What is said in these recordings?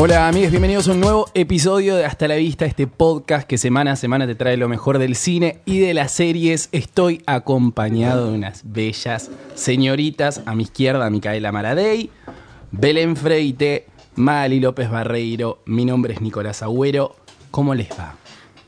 Hola amigos, bienvenidos a un nuevo episodio de Hasta la Vista, este podcast que semana a semana te trae lo mejor del cine y de las series. Estoy acompañado de unas bellas señoritas. A mi izquierda, Micaela Maradei, Belén Freite, Mali López Barreiro. Mi nombre es Nicolás Agüero. ¿Cómo les va?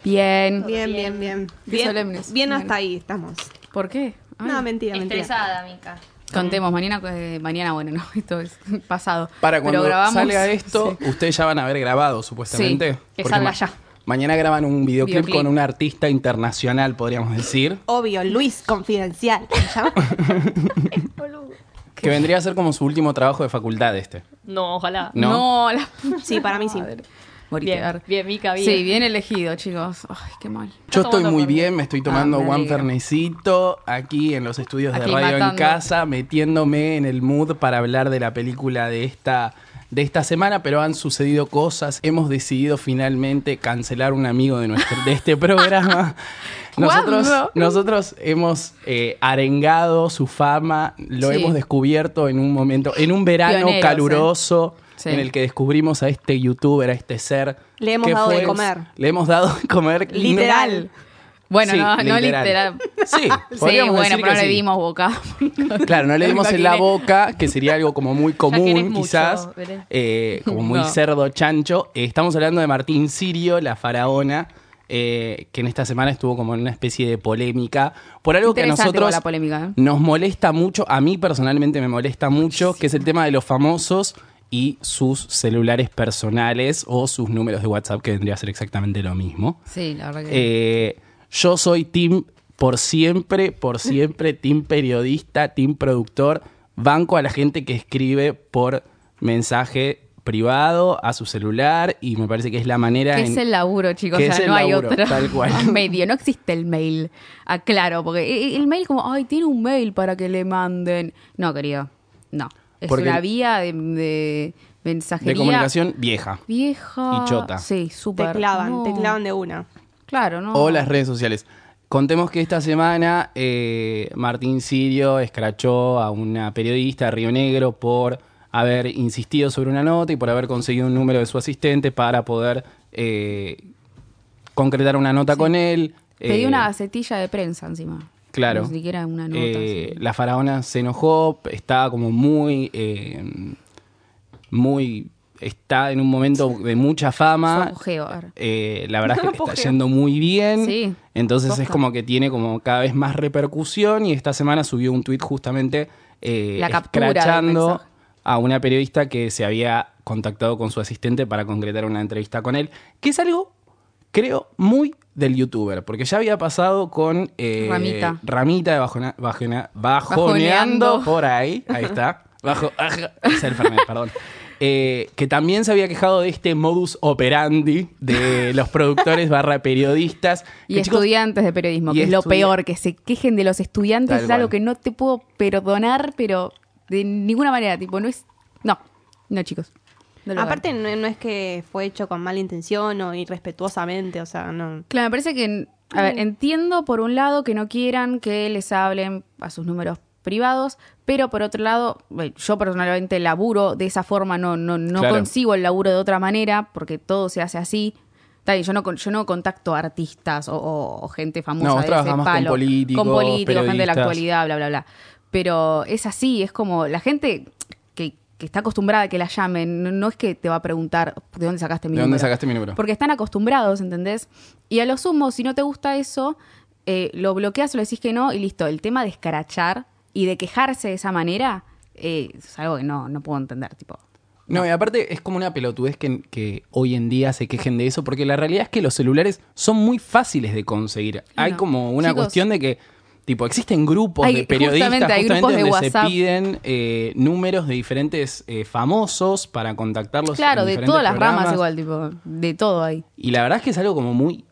Bien. Bien, bien, bien. Qué solemnes. bien Bueno. hasta ahí estamos. ¿Por qué? Ay. No, mentira, mentira. Estresada, Mica. Contemos, mañana, eh, mañana, bueno, no, esto es pasado. Para Pero cuando grabamos- salga esto, Sí. ustedes ya van a haber grabado, supuestamente. Sí, que Porque salga ma- ya. Mañana graban un videoclip, Videoclip. con un artista internacional, podríamos decir, Obvio, Luis Confidencial. ¿Ya? que vendría a ser como su último trabajo de facultad este. No, ojalá. ¿no? No, la puta Sí, para mí sí. madre. Bien, Moritear. bien, Mica, bien. Sí, bien elegido, chicos. Ay, qué mal. Yo Estás estoy tomando muy por mí. bien, me estoy tomando Ah, me un alegro. fernecito aquí en los estudios de Aquí radio en matando. casa, metiéndome en el mood para hablar de la película de esta de esta semana, pero han sucedido cosas. Hemos decidido finalmente cancelar un amigo de nuestro de este programa. Nosotros, ¿Cuándo? nosotros hemos eh, arengado su fama, lo Sí. hemos descubierto en un momento, en un verano Pioneros, ¿eh? caluroso, Sí. en el que descubrimos a este youtuber, a este ser. Le hemos que dado de comer. Le hemos dado de comer. y no- Literal. Bueno, Sí, no, no literal. Sí, Sí, podríamos bueno, decir pero que no le sí. dimos boca. Claro, no le Me dimos en la imaginé. boca, que sería algo como muy querés común, mucho, quizás, Belén. eh, como muy No. cerdo chancho. Eh, estamos hablando de Martín Sirio, la faraona, eh, que en esta semana estuvo como en una especie de polémica por algo que a Interesante igual nosotros la polémica. ¿eh? nos molesta mucho, a mí personalmente me molesta mucho, que es el tema de los famosos y sus celulares personales o sus números de WhatsApp, que vendría a ser exactamente lo mismo. Sí, la verdad que. Eh, yo soy team por siempre, por siempre, team periodista, team productor. Banco a la gente que escribe por mensaje privado a su celular y me parece que es la manera Que en- es el laburo, chicos. que o sea, es el no hay laburo, otro tal cual. medio. No existe el mail. Aclaro, porque e- e- el mail como, ay, tiene un mail para que le manden. No, querido. No. Es Porque- una vía de, de mensajería. de comunicación vieja. Vieja. y chota. Sí, súper. Te clavan, No. te clavan de una. Claro, no. O las redes sociales. Contemos que esta semana eh, Martín Sirio escrachó a una periodista de Río Negro por haber insistido sobre una nota y por haber conseguido un número de su asistente para poder eh, concretar una nota con él. Pedí Eh, una gacetilla de prensa encima. Claro. Ni siquiera una nota. Eh, así. La faraona se enojó, estaba como muy. eh, muy. Está en un momento de mucha Su fama. apogeo, ahora. Eh, la verdad es que le está yendo muy bien. Sí, Entonces es posta. como que tiene como cada vez más repercusión y esta semana subió un tuit justamente eh, La captura del escrachando mensaje. a una periodista que se había contactado con su asistente para concretar una entrevista con él, que es algo, creo, muy del youtuber, porque ya había pasado con eh, Ramita. Ramita de Bajona- Bajona- Bajoneando. bajoneando por ahí, ahí está. Bajo, ajá, es el Fernet, perdón. Eh, que también se había quejado de este modus operandi de los productores barra periodistas. Y Que, Eh, chicos, estudiantes de periodismo, y que es lo estudi- peor, que se quejen de los estudiantes, Tal es algo cual. que no te puedo perdonar, pero de ninguna manera, tipo, no es... No, no chicos. No lo hagan. Aparte, no, no es que fue hecho con mala intención o irrespetuosamente, o sea, no. Claro, me parece que... A ver, entiendo por un lado que no quieran que les hablen a sus números privados, pero por otro lado, bueno, yo personalmente laburo de esa forma, no, no, no Claro. consigo el laburo de otra manera, porque todo se hace así. Está bien, yo no, con- yo no contacto artistas o, o- o gente famosa No, vos de trabajás ese más con palo. políticos, con políticos, gente de la periodistas. actualidad, bla, bla, bla. Pero es así, es como la gente que, que está acostumbrada a que la llamen, no, no es que te va a preguntar de dónde sacaste mi ¿De número. dónde sacaste mi número? Porque están acostumbrados, ¿entendés? Y a lo sumo, si no te gusta eso, eh, lo bloqueas o le decís que no y listo. El tema de escarachar y de quejarse de esa manera eh, es algo que no, no puedo entender, tipo. No, y aparte es como una pelotudez que, que hoy en día se quejen de eso, porque la realidad es que los celulares son muy fáciles de conseguir. Hay No. como una Chicos. cuestión de que, tipo, existen grupos Hay- de periodistas justamente, hay grupos justamente de donde se WhatsApp. piden eh, números de diferentes eh, famosos para contactarlos. Claro, en de diferentes todas las ramas programas. igual, tipo, de todo ahí. Y la verdad es que es algo como muy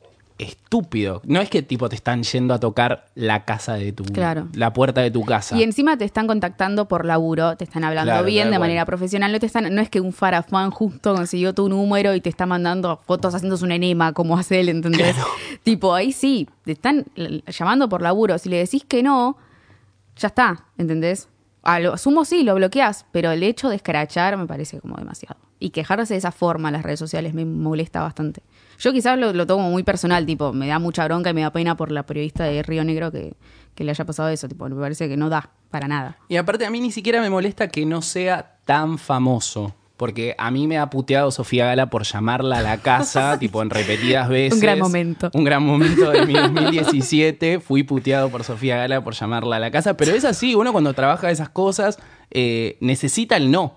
estúpido. No es que tipo te están yendo a tocar la casa de tu Claro. la puerta de tu casa. Y encima te están contactando por laburo, te están hablando Claro, bien tal de cual. manera profesional, no te están, no es que un farafán justo consiguió tu número y te está mandando fotos haciéndose un enema como hace él, ¿entendés? Tipo, ahí sí, te están l- llamando por laburo. Si le decís que no, ya está, ¿entendés? A lo sumo sí, lo bloqueás, pero el hecho de escrachar me parece como demasiado. Y quejarse de esa forma en las redes sociales me molesta bastante. Yo quizás lo, lo tomo muy personal, tipo, me da mucha bronca y me da pena por la periodista de Río Negro que, que le haya pasado eso. Tipo, me parece que no da para nada. Y aparte a mí ni siquiera me molesta que no sea tan famoso. Porque a mí me ha puteado Sofía Gala por llamarla a la casa, tipo en repetidas veces. Un gran momento. Un gran momento de mi 2017. Fui puteado por Sofía Gala por llamarla a la casa. Pero es así, uno cuando trabaja esas cosas eh, necesita el no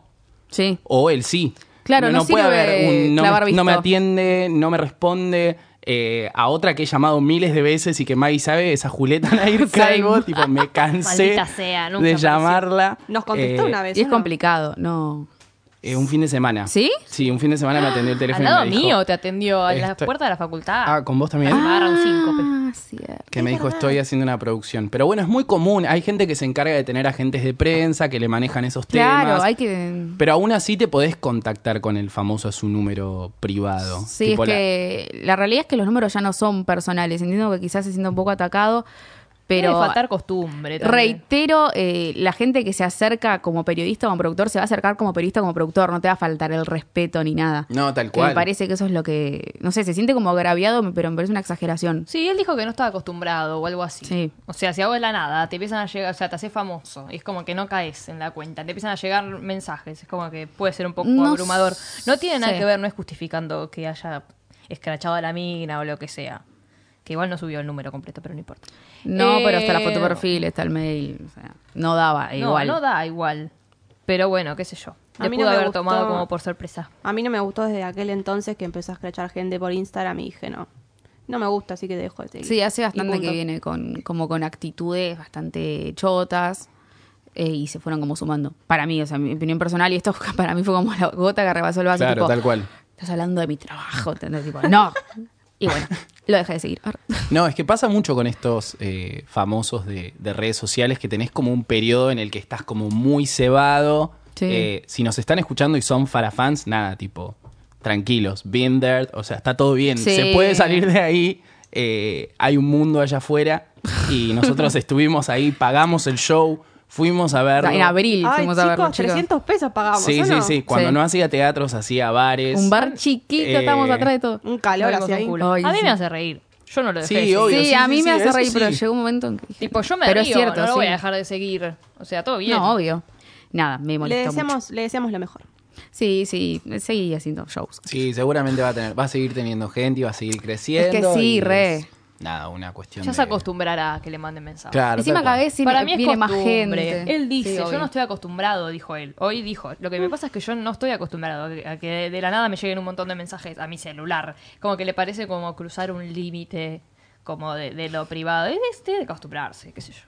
Sí. o el sí. Claro, no puede sirve haber un no, clavar me- no me visto. atiende, no me responde. eh, a otra que he llamado miles de veces y que Maggie sabe, esa Julieta Nair Sí. Calvo, tipo, me cansé Maldita sea, nunca de apareció. llamarla. Nos contestó eh, una vez. Y es ¿o no? complicado, no. eh, un fin de semana. ¿Sí? Sí, un fin de semana me atendió el Al teléfono. y lado me dijo- mío te atendió, a la Estoy- puerta de la facultad. Ah, con vos también. Me agarra un síncope. Ah, cierto. Que me dijo, estoy haciendo una producción. Pero bueno, es muy común. Hay gente que se encarga de tener agentes de prensa, que le manejan esos temas. Claro, hay que. Pero aún así te podés contactar con el famoso a su número privado. Sí, Tipo es la- que la realidad es que los números ya no son personales. Entiendo que quizás se sienta un poco atacado, pero Debe faltar costumbre. también. reitero, eh, la gente que se acerca como periodista o como productor se va a acercar como periodista o como productor. No te va a faltar el respeto ni nada. No, tal Que cual. me parece que eso es lo que. No sé, se siente como agraviado, pero me parece una exageración. Sí, él dijo que no estaba acostumbrado o algo así. Sí. O sea, si hago de la nada, te empiezan a llegar, o sea, te haces famoso. Y es como que no caes en la cuenta. Te empiezan a llegar mensajes. Es como que puede ser un poco No abrumador. No tiene nada sé. que ver, no es justificando que haya escrachado a la mina o lo que sea. Que igual no subió el número completo, pero no importa. No, pero está la Eh, foto de perfil, está el mail. o sea, no daba No, igual. no da igual. Pero bueno, qué sé yo. A Le mí pudo no me haber gustó. tomado como por sorpresa. A mí no me gustó desde aquel entonces que empezó a escrachar gente por Instagram y dije, no, no me gusta, así que dejo de seguir. Sí, hace Y bastante punto. que viene con, como con actitudes bastante chotas eh, y se fueron como sumando. Para mí, o sea, mi opinión personal, y esto para mí fue como la gota que rebasó el vaso. Claro, tipo, tal cual. Estás hablando de mi trabajo, ¿entendés? Tipo, no. Y bueno, lo dejé de seguir. No, es que pasa mucho con estos eh, famosos de, de redes sociales que tenés como un periodo en el que estás como muy cebado. Sí. Eh, si nos están escuchando y son farafans, nada, tipo, tranquilos, been there, o sea, está todo bien. Sí. Se puede salir de ahí, eh, hay un mundo allá afuera y nosotros estuvimos ahí, pagamos el show, fuimos a verlo. En abril Ay, fuimos chicos, a verlo, chicos. 300 pesos pagamos, sí, ¿o sí, no? sí. Cuando Sí. no hacía teatros, hacía bares. Un bar chiquito, Eh, estábamos atrás de todo. Un calor Algo hacia con ahí. culo. Ay, a mí sí. me hace reír. Yo no lo dejé. Sí, de seguir. obvio, sí, sí, a mí sí, me hace eso reír, pero sí. llegó un momento en que... dije, Tipo, yo me Pero río, es cierto, no lo voy a sí. dejar de seguir. O sea, todo bien. No, obvio. Nada, me Le molestó mucho. deseamos, le deseamos lo mejor. Sí, sí, seguí haciendo shows. Sí, seguramente va a tener, va a seguir teniendo gente y va a seguir creciendo. Es que sí, y re. es, nada, una cuestión. Ya de- se acostumbrará a que le manden mensajes. Claro. Encima tal cual. cada vez sí Para me- mí es viene más costumbre. gente. Él Sí, dice, yo obvio. no estoy acostumbrado, dijo él. Hoy dijo, lo que me pasa es que yo no estoy acostumbrado a que- a que de la nada me lleguen un montón de mensajes a mi celular. Como que le parece como cruzar un límite como de, de lo privado. Es este de acostumbrarse, qué sé yo.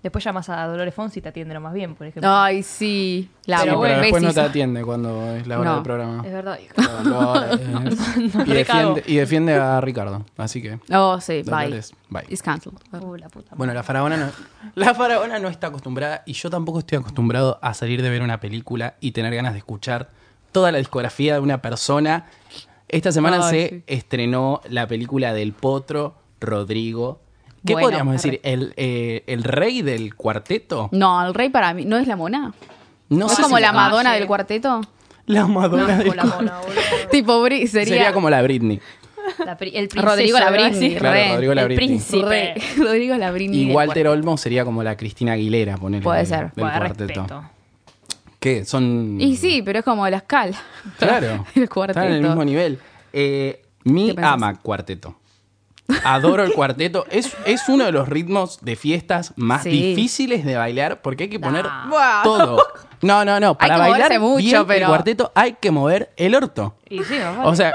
Después llamas a Dolores Fonsi y te atiende lo más bien, por ejemplo. Ay, sí. La Sí, pero amo. después no te Besis. atiende cuando es la hora No. del programa. Es verdad. hijo. Dolores. y, recago. defiende, y defiende a Ricardo. Así que. Oh, sí, bye. Dolores, bye. It's cancelled. Uh, la puta madre. Bueno, la faraona no. La faraona no está acostumbrada y yo tampoco estoy acostumbrado a salir de ver una película y tener ganas de escuchar toda la discografía de una persona. Esta semana Ay, se sí. estrenó la película del Potro Rodrigo. ¿Qué Bueno, podríamos decir? arre. ¿El, eh, el rey del cuarteto? No, el rey para mí no es la mona. No ¿No es sé como si- la ah, Madonna sí. del cuarteto. La Madonna No, del con la mona, boludo. tipo Bri- sería, Sería... como la Britney. La pri- el príncipe. Rodrigo Labrini. Claro, re. Rodrigo El Labrini. príncipe. Re. Rodrigo Labrini. Y del Walter cuarteto. Olmo sería como la Cristina Aguilera, ponele. Puede del- ser. del Bueno, cuarteto. respeto. ¿Qué? Son. Y sí, pero es como la escala. Claro. el cuarteto. Están en el mismo nivel. Eh, mi ¿Qué pensás? ama cuarteto. Adoro el cuarteto. Es, es uno de los ritmos de fiestas más Sí. difíciles de bailar porque hay que poner Nah. todo. No, no, no. Para que bailar moverse mucho, bien el pero- cuarteto hay que mover el orto. Y sí, más vale. O sea,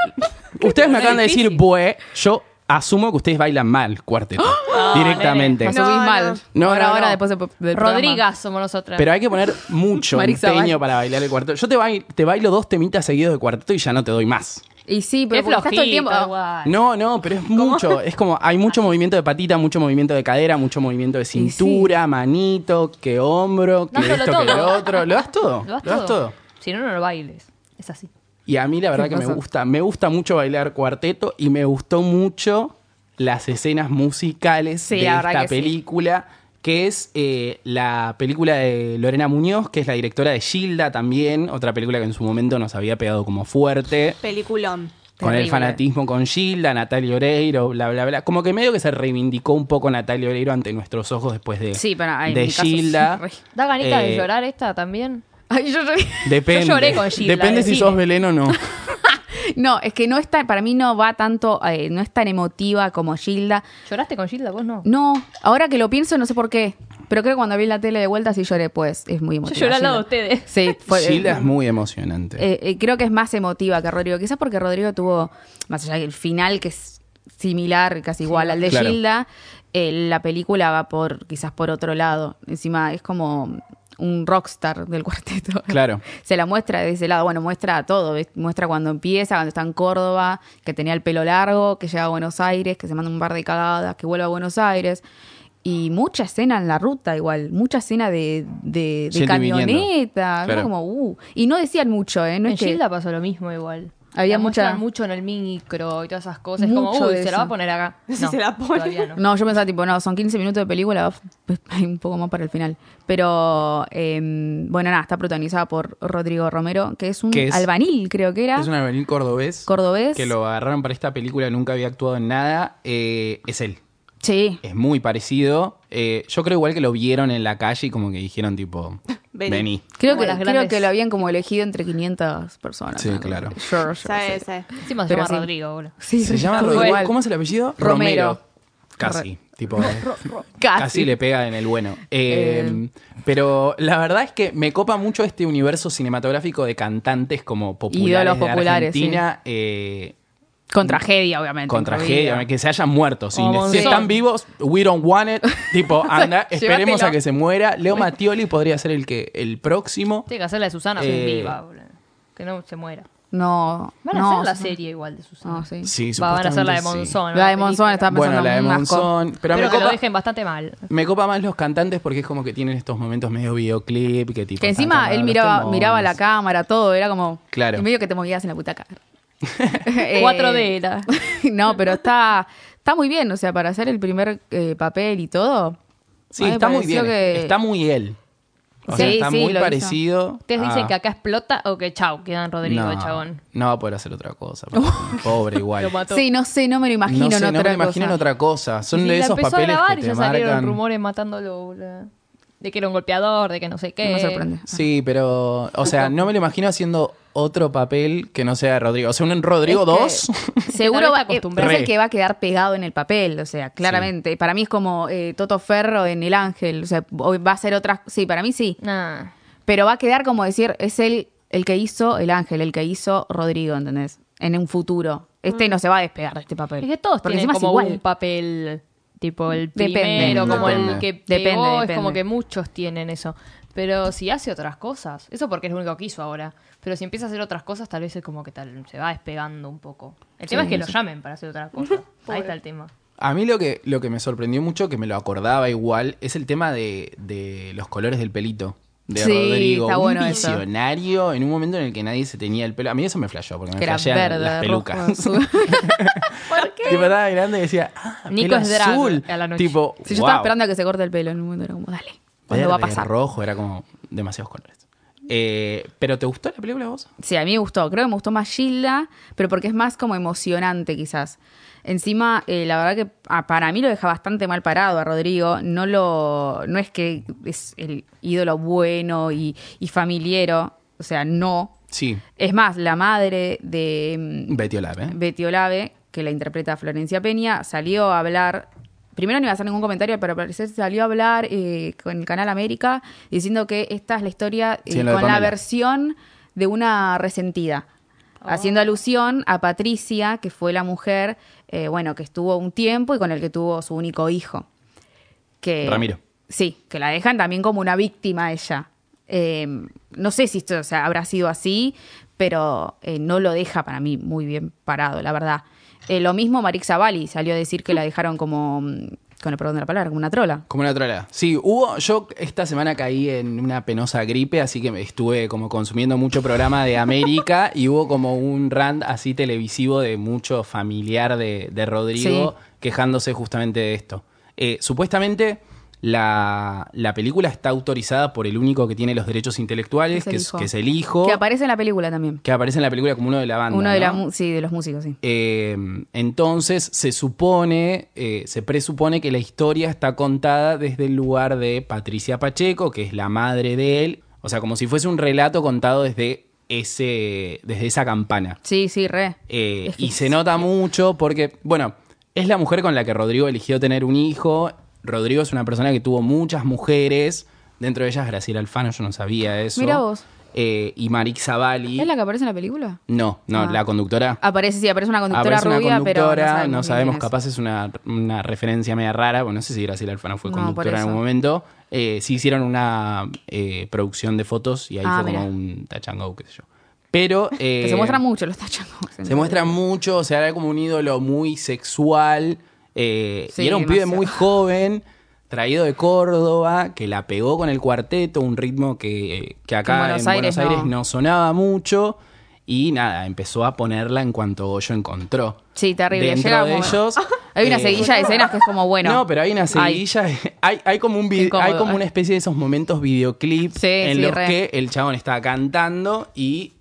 ustedes me Qué acaban de decir, difícil. bue, yo asumo que ustedes bailan mal cuarteto. Ah, directamente. nene, Lo subís No, mal. no. Por No, no, ahora, no. después de, del programa. Rodrigas somos nosotras. Pero hay que poner mucho Marisa, empeño baila. para bailar el cuarteto. Yo te, bail- te bailo dos temitas seguidos de cuarteto y ya no te doy más. Y sí, pero es porque estás todo el tiempo. flojito, ah, igual. No, no, pero es mucho. Es como, hay mucho movimiento de patita, mucho movimiento de cadera, mucho movimiento de sí. cintura, manito, que hombro, que Dáselo esto, que todo. lo otro. Lo das todo. Lo das, todo. Si no, no lo bailes. Es así. Y a mí la verdad ¿Qué que me pasa? gusta, me gusta mucho bailar cuarteto y me gustó mucho las escenas musicales Sí, de la verdad esta que sí. película. que es eh, la película de Lorena Muñoz, que es la directora de Gilda también, otra película que en su momento nos había pegado como fuerte. Peliculón. Con el Terrible. fanatismo con Gilda, Natalia Oreiro, bla, bla, bla. Como que medio que se reivindicó un poco Natalia Oreiro ante nuestros ojos después de, Sí, pero, ay, en de mi caso sí, Gilda. re. ¿Da ganita Eh, de llorar esta también? Ay, yo lloré. Depende. Yo lloré con Gilda, Depende si decime. sos Belén o no. No, es que no está, para mí no va tanto, eh, no es tan emotiva como Gilda. ¿Lloraste con Gilda? ¿Vos no? No, ahora que lo pienso no sé por qué, pero creo que cuando vi la tele de vuelta sí lloré, pues es muy emotiva. lloré al lado Gilda. de ustedes. Sí, fue, Gilda eh, es muy emocionante. eh, eh, creo que es más emotiva que Rodrigo, quizás porque Rodrigo tuvo, más allá del final que es similar, casi igual al de Claro. Gilda, eh, la película va por quizás por otro lado. Encima es como un rockstar del cuarteto. Claro. Se la muestra de ese lado, bueno, muestra todo, ¿ves? muestra cuando empieza, cuando está en Córdoba, que tenía el pelo largo, que llega a Buenos Aires, que se manda un par de cagadas, que vuelve a Buenos Aires. Y mucha escena en la ruta igual, mucha escena de, de, de Yendo y viniendo. camioneta, Claro. era como, uh. Y no decían mucho, ¿eh? No en es que- Gilda pasó lo mismo igual. Había La muestran mucha- mucho en el micro y todas esas cosas. Es Mucho como, uy, de se la eso. va a poner acá. No, Si se la pone. Todavía no. No, yo pensaba, tipo, no, son 15 minutos de película, uf, hay un poco más para el final. Pero, eh, bueno, nada, está protagonizada por Rodrigo Romero, que es un Que es- albanil, creo que era, Es un albañil cordobés. cordobés. Que lo agarraron para esta película, nunca había actuado en nada. eh, es él. Sí, Es muy parecido. Eh, yo creo igual que lo vieron en la calle y como que dijeron tipo, Vení. vení. creo Como que, las creo grandes. que lo habían como elegido entre 500 personas. Sí, ¿no? claro. Sure, sure, ¿Sabes? sí. ¿Sabes? Encima se Pero llama sí. Rodrigo, boludo. Sí, Se llama todo Rodrigo. igual. ¿Cómo es el apellido? Romero. Casi. Tipo, Casi. casi le pega en el bueno. Eh, pero la verdad es que me copa mucho este universo cinematográfico de cantantes como populares Ídolos de populares, Argentina. eh, Con tragedia, obviamente. con tragedia, que se hayan muerto. Si, Como si Monzón. están vivos, we don't want it. Tipo, anda, esperemos llévatelo. a que se muera. Leo Mattioli podría ser el que el próximo. Tiene que hacer la de Susana Eh, viva, boludo. Que no se muera. No, Van a no, hacer la sí. serie igual de Susana. No, sí. Sí, Va, van a hacer la de supuestamente sí. Monzón. ¿no? La de Monzón película. está Bueno, la de un asco. Monzón. Pero, Pero me, que lo copa, dejen bastante mal. me copa más los cantantes porque es como que tienen estos momentos medio videoclip. Que, tipo, están Que encima cantando él los miraba, temones. miraba la cámara, todo, era como. Claro. Y medio que te movías en la butaca. Eh, 4D era. no, pero está, está muy bien, o sea, para hacer el primer eh, papel y todo. Sí, a mí me está muy pareció bien. que- Está muy él. O Sí, sea, está sí, muy lo hizo. parecido. Ustedes dicen a- que acá explota o que chau, quedan Rodrigo de Ah. no, Chabón. No va a poder hacer otra cosa. porque es un Pobre igual. Lo mató. Sí, no sé, no me lo no imagino sé, en no otra me imagino en cosa. otra cosa. Son Y de la esos empezó papeles a grabar que y te ya salieron marcan. rumores matándolo, boludo. De que era un golpeador, de que no sé qué. No me sorprende. Sí, pero, o sea, no me lo imagino haciendo otro papel que no sea de Rodrigo. O sea, un Rodrigo 2. Seguro va, Tal vez está eh, acostumbrado. es el Re. que va a quedar pegado en el papel, o sea, claramente. Para mí es como eh, Toto Ferro en El Ángel, o sea, o va a ser otras. Sí, para mí sí. Nah. Pero va a quedar como decir, es el, el que hizo El Ángel, el que hizo Rodrigo, ¿entendés? En un futuro. Este no se va a despegar de este papel. Mm. Es que todos Porque tienen encima es como igual. un papel, tipo el Depende. primero, como Depende. el que Depende, pegó, depende. es como que muchos tienen eso. Pero si hace otras cosas, eso porque es lo único que hizo ahora. Pero si empieza a hacer otras cosas, tal vez es como que tal, se va despegando un poco. El tema es que lo llamen para hacer otras cosas. Ahí está el tema. A mí lo que, lo que me sorprendió mucho, que me lo acordaba igual, es el tema de, de los colores del pelito. De Sí, Rodrigo, está bueno un eso. visionario en un momento en el que nadie se tenía el pelo. A mí eso me flashó, porque me Que era flashean verde, las rojo, pelucas. azul. Tipo, estaba mirando y decía, ah, Nico pelo es drag azul. a la noche. Tipo, Si yo wow. estaba esperando a que se corte el pelo en un momento, era como, dale, ¿cuándo va a Verde, pasar? rojo, era como demasiados colores. Eh, ¿Pero te gustó la película vos? Sí, a mí me gustó. Creo que me gustó más Gilda, pero porque es más como emocionante quizás. Encima, eh, la verdad que ah, para mí lo deja bastante mal parado a Rodrigo. No lo, no es que es el ídolo bueno y, y familiero. O sea, no. Sí, Es más, la madre de mm, Betty Olave. ¿eh? Betty Olave, que la interpreta Florencia Peña, salió a hablar. Primero no iba a hacer ningún comentario, pero al parecer salió a hablar eh, con el canal América diciendo que esta es la historia eh, Sí, lo de con la Pamela. versión de una resentida. Haciendo alusión a Patricia, que fue la mujer, eh, bueno, que estuvo un tiempo y con el que tuvo su único hijo. Que, Ramiro. Sí, que la dejan también como una víctima a ella. Eh, no sé si esto o sea, habrá sido así, pero eh, no lo deja para mí muy bien parado, la verdad. Eh, lo mismo Marix Zavalli salió a decir que la dejaron como, mm, con el perdón de la palabra, como una trola. Como una trola. Sí, hubo. Yo esta semana caí en una penosa gripe, así que me estuve como consumiendo mucho programa de América y hubo como un rant así televisivo de mucho familiar de, de Rodrigo Sí. quejándose justamente de esto. Eh, supuestamente la, la película está autorizada por el único que tiene los derechos intelectuales, Es el que es, hijo. que es el hijo, Que aparece en la película también. que aparece en la película como uno de la banda. Uno de, la ¿no? mu- sí, de los músicos, sí. Eh, entonces se supone, eh, se presupone que la historia está contada desde el lugar de Patricia Pacheco, que es la madre de él. O sea, como si fuese un relato contado desde ese, desde esa campana. Sí, sí, re. Eh, Es que y se es- nota mucho porque, bueno, es la mujer con la que Rodrigo eligió tener un hijo. Rodrigo es una persona que tuvo muchas mujeres. Dentro de ellas Graciela Alfano, yo no sabía eso. Mirá vos. Eh, y Marixa Bali. ¿Es la que aparece en la película? No, no, Ah. la conductora. Aparece, sí, aparece una conductora Aparece una rubia, conductora, pero no no sabemos, bien sabemos, quién es. capaz es una, una referencia media rara, bueno, no sé si Graciela Alfano fue No, por conductora en eso. algún momento. Eh, sí hicieron una eh, producción de fotos y ahí Ah, fue como mirá. un tachango, qué sé yo. Pero Que eh, se muestra mucho los tachangos. se muestra mucho, o sea, era como un ídolo muy sexual. eh, Sí, y era un pibe demasiado. muy joven, traído de Córdoba, que la pegó con el cuarteto, un ritmo que, que acá en Buenos Buenos, Aires Aires no. no sonaba mucho. Y nada, empezó a ponerla en cuanto Goyo encontró. Sí, terrible. Dentro Llega de como- ellos. Hay una eh, seguilla de escenas que es como, bueno. no, pero hay una seguilla. Hay, hay como un vide- Incómodo. hay como una especie de esos momentos videoclip Sí, en sí, los re. que el chabón está cantando y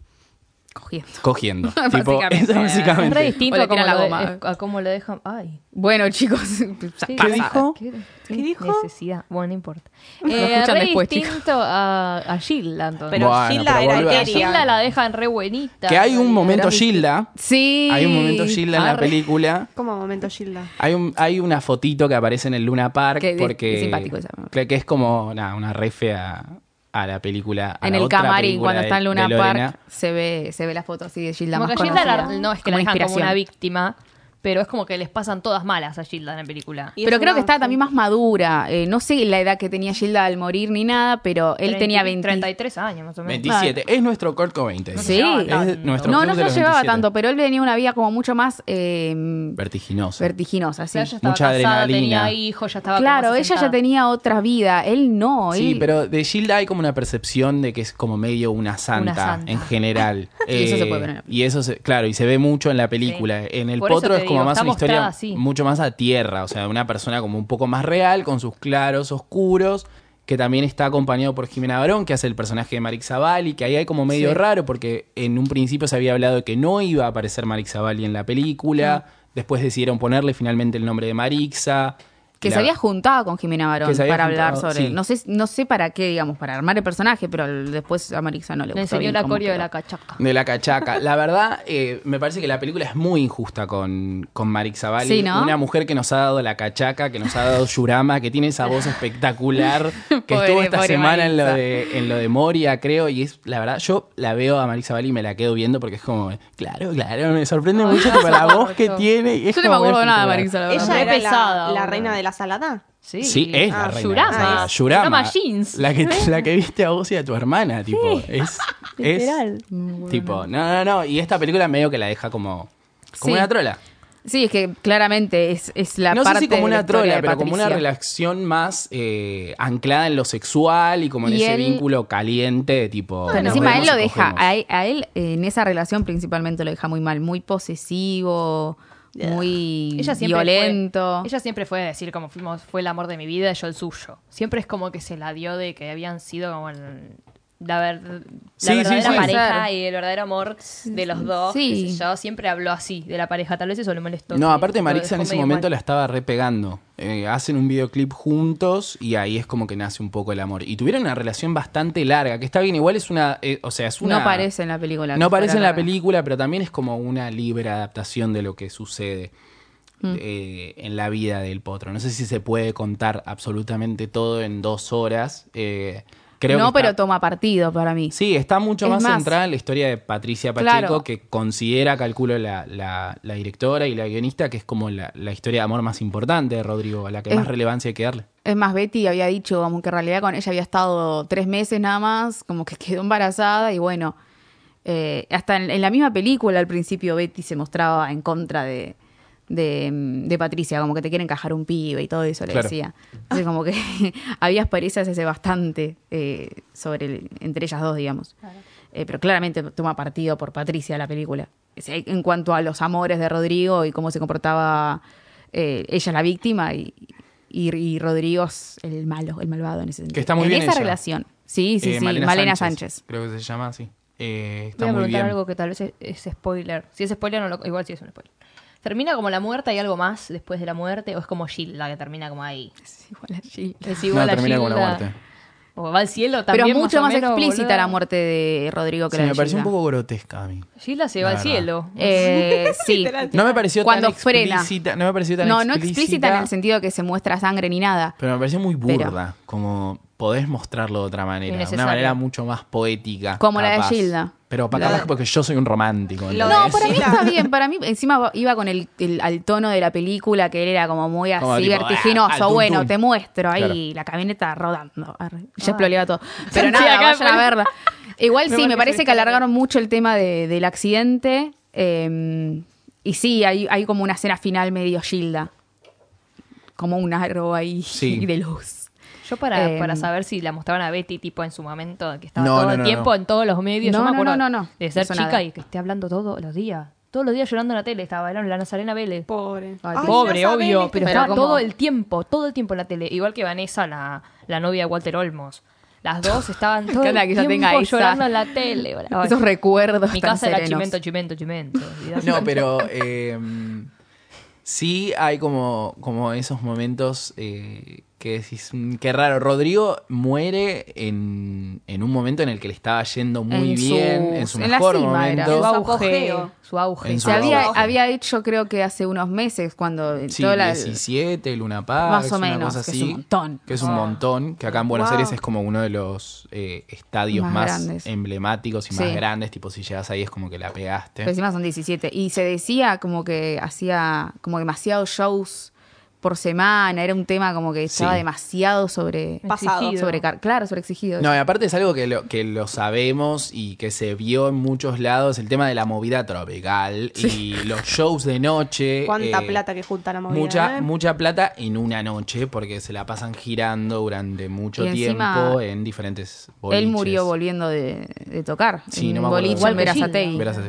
Cogiendo. cogiendo. tipo, Básicamente. eso básicamente. Es re O distinto le a cómo, tiran la lo de- goma. es- a cómo lo dejan. Ay. Bueno, chicos, Sí, ¿Qué pasa. dijo? ¿Qué, ¿Qué dijo? Necesidad. Bueno, no importa. Eh, escuchan re después, distinto a, a Gilda, entonces. Pero Bueno, Gilda pero era volvé. a etérea. Gilda la dejan re buenita. Que hay un Ay, momento era mi- Gilda. Sí. Hay un momento Gilda en la Arre. película. Como momento Gilda. Hay, un, hay una fotito que aparece en el Luna Park Que es- porque es simpático esa. creo que es como nada, una refe a, a la película. a Ah, En la el otra camarín, película cuando de- está en de Luna Lorena. Park, se ve, se ve la foto así de Gilda Como más que Gilda la- conocida. no es que Como la dejan como inspiración. una víctima, pero es como que les pasan todas malas a Gilda en la película. Y Pero es creo una- que estaba también más madura. Eh, no sé la edad que tenía Gilda al morir ni nada, pero él Treinta- tenía 20. 33 años más o menos. 27. Es nuestro Kurt Cobain. te digo. Sí. Es nuestro No, club de no se los llevaba 27. tanto, pero él tenía una vida como mucho más eh, Vertiginoso. vertiginosa. sí. Claro, ya estaba Mucha casada, adrenalina. tenía hijos, ya estaba como Claro, ella asentada. ya tenía otra vida, él no. Sí, él- pero de Gilda hay como una percepción de que es como medio una santa, santa. en general. Eh, Y eso se puede ver en la y eso se- claro, y se ve mucho en la película. Sí. En el Por eso potro te es como digo, más está una historia mostrada así. mucho más a tierra, o sea, una persona como un poco más real, con sus claros, oscuros, que también está acompañado por Jimena Barón, que hace el personaje de Marix Zavalli, que ahí hay como medio Sí. raro, porque en un principio se había hablado de que no iba a aparecer Marix Zavalli en la película. Después decidieron ponerle finalmente el nombre de Marixa. Que La- se había juntado con Jimena Barón Que se había para hablar juntado, sobre. sí. No sé no sé para qué, digamos, para armar el personaje, pero al- después a Marixa no le gustó. Le enseñó bien la cómo coreo de quedó. la cachaca. De la cachaca. La verdad, eh, me parece que la película es muy injusta con, con Marix Zavalli. Sí, ¿no? Una mujer que nos ha dado la cachaca, que nos ha dado Yurama, que tiene esa voz espectacular, que Pobre, estuvo esta pobre semana en lo, Marixa. de, en lo de Moria, creo, y es, la verdad, yo la veo a Marix Zavalli y me la quedo viendo porque es como, claro, claro, me sorprende mucho tipo, la voz que tiene. y es Yo no me como muy acuerdo de nada de espectacular. Marixa, la verdad. Ella Re era la, pesada, la boludo. reina de la salada. Sí, Sí, es la Ah, reina. Yurama. de la salada. Ah, Yurama. Yurama Jeans. La que, la que viste a vos y a tu hermana, tipo. Es, es- Literal. Tipo, no, no, no. Y esta película medio que la deja como, como Sí. una trola. Sí, es que claramente es, es la no sé parte si como de la una historia trola, de pero como una Patricia. relación más eh, anclada en lo sexual y como en Y ese él- vínculo caliente, de tipo. Pero nos encima él vemos lo y deja, cogemos. a él, a él, eh, en esa relación principalmente lo deja muy mal, muy posesivo, muy Ella siempre violento. Fue, ella siempre fue a decir como fuimos, fue el amor de mi vida, yo el suyo. Siempre es como que se la dio de que habían sido como el- la, ver- la Sí, sí, verdadera sí. pareja Ser. y el verdadero amor de los dos. Sí. qué sé yo siempre habló así de la pareja, tal vez eso le molestó. No, que aparte lo Marixa en dejó ese medio momento mal. la estaba repegando. Eh, hacen un videoclip juntos y ahí es como que nace un poco el amor. Y tuvieron una relación bastante larga, que está bien, igual es una, eh, o sea, es una... No aparece en la película. No que aparece fuera en la rara. película, pero también es como una libre adaptación de lo que sucede Mm. eh, en la vida del potro. No sé si se puede contar absolutamente todo en dos horas. eh, creo no, que pero está- toma partido para mí. Sí, está mucho Es más, más- centrada en la historia de Patricia Pacheco, Claro. que considera, calculo, la, la- la directora y la guionista, que es como la, la historia de amor más importante de Rodrigo, a la que Es- más relevancia hay que darle. Es más, Betty había dicho como que en realidad con ella había estado tres meses nada más, como que quedó embarazada y bueno, eh, hasta en, en la misma película al principio Betty se mostraba en contra de, de, mm, de Patricia, como que te quieren encajar un pibe y todo eso le Claro. decía. Entonces como que había asperezas ese bastante eh, sobre el- entre ellas dos, digamos. Eh, pero claramente toma partido por Patricia la película. O sea, En cuanto a los amores de Rodrigo y cómo se comportaba eh, ella la eh, víctima y, y, y Rodrigo es el malo, el malvado en ese sentido. Que está muy en bien esa ella. relación. Sí, sí, Eh, sí. Malena, Sánchez. Creo que se llama así. Eh, está Voy a muy preguntar bien. algo que tal vez es, es spoiler. Si es spoiler, no lo- igual si es un spoiler. ¿Termina como la muerta y algo más después de la muerte? ¿O es como Gilda que termina como ahí? Es igual a Jill. Es No, igual a termina como Gilda. la muerte. O va al cielo Pero también. es mucho o más, menos, explícita boluda. la muerte de Rodrigo que Sí, la me de pareció un Gilda. poco grotesca a mí. Gilda se La va al verdad. cielo. Eh, sí. No me pareció Cuando tan frena. explícita. No me pareció tan No, no explícita. explícita en el sentido que se muestra sangre ni nada. Pero me pareció muy Pero- burda. Como podés mostrarlo de otra manera. De una Innecesario. manera mucho más poética. Como la de capaz. Gilda. Pero para La capaz de- porque yo soy un romántico. Lo ¿entendés? No, de- para mí Sí. está bien. Para mí, encima va- iba con el, el- al tono de la película, que él era como muy así, Como tipo, ah, al vertiginoso. tum-tum. bueno, te muestro ahí la camioneta rodando. Arre. Ya exploleaba todo. Pero nada, acá, vayan a bueno. verla. Igual Me sí, me marqué parece ese que alargaron mucho el tema de- del accidente. eh, y sí, hay, hay como una escena final medio Gilda. Como un aro ahí Sí. de luz. Yo para, Eh, para saber si la mostraban a Betty tipo en su momento, que estaba No, todo no, el no, tiempo no. en todos los medios, No, yo me no, acuerdo no, no, no. de ser Eso chica nada. y que esté hablando todos los días. Todos los días llorando en la tele, estaba era la Nazarena Vélez. Pobre. Ay, Ay, Pobre, no obvio, sabés, Pero pero, estaba como- todo el tiempo, todo el tiempo en la tele, igual que Vanessa, la, la novia de Walter Olmos. Las dos estaban todo el encanta que tiempo ella tenga esa- llorando en la tele. boludo. Esos recuerdos Mi tan casa era serenos. chimento, chimento, chimento. olvidate. No, pero eh, sí hay como, como esos momentos eh, que decís, "Mm, qué raro. Rodrigo muere en, en un momento en el que le estaba yendo muy En su- bien, en su en la mejor cima era. momento. su Su auge. apogeo. Su auge. En Se su había, auge. había hecho creo que hace unos meses cuando Sí, toda la, 17, Luna Park, Más o una menos, cosa que así. es un montón. Que es un Ah. montón, que acá en Buenos Wow. Aires es como uno de los eh, estadios Más más, grandes. emblemáticos y más Sí. grandes. Tipo, si llegas ahí es como que la pegaste. Pero pues encima son 17. Y se decía como que hacía como demasiados shows por semana. Era un tema como que estaba Sí. demasiado sobre. Pasado. Exigido. sobre claro, sobre exigido. No, y aparte es algo que lo, que lo sabemos y que se vio en muchos lados, el tema de la movida tropical y los shows de noche. Cuánta eh, plata que junta la movida. Mucha, ¿eh? mucha plata en una noche, porque se la pasan girando durante mucho Y encima, tiempo en diferentes boliches. Él murió volviendo de, de tocar. Sí, en no me un acuerdo. boliche Igual en que Berazategui. Verás así.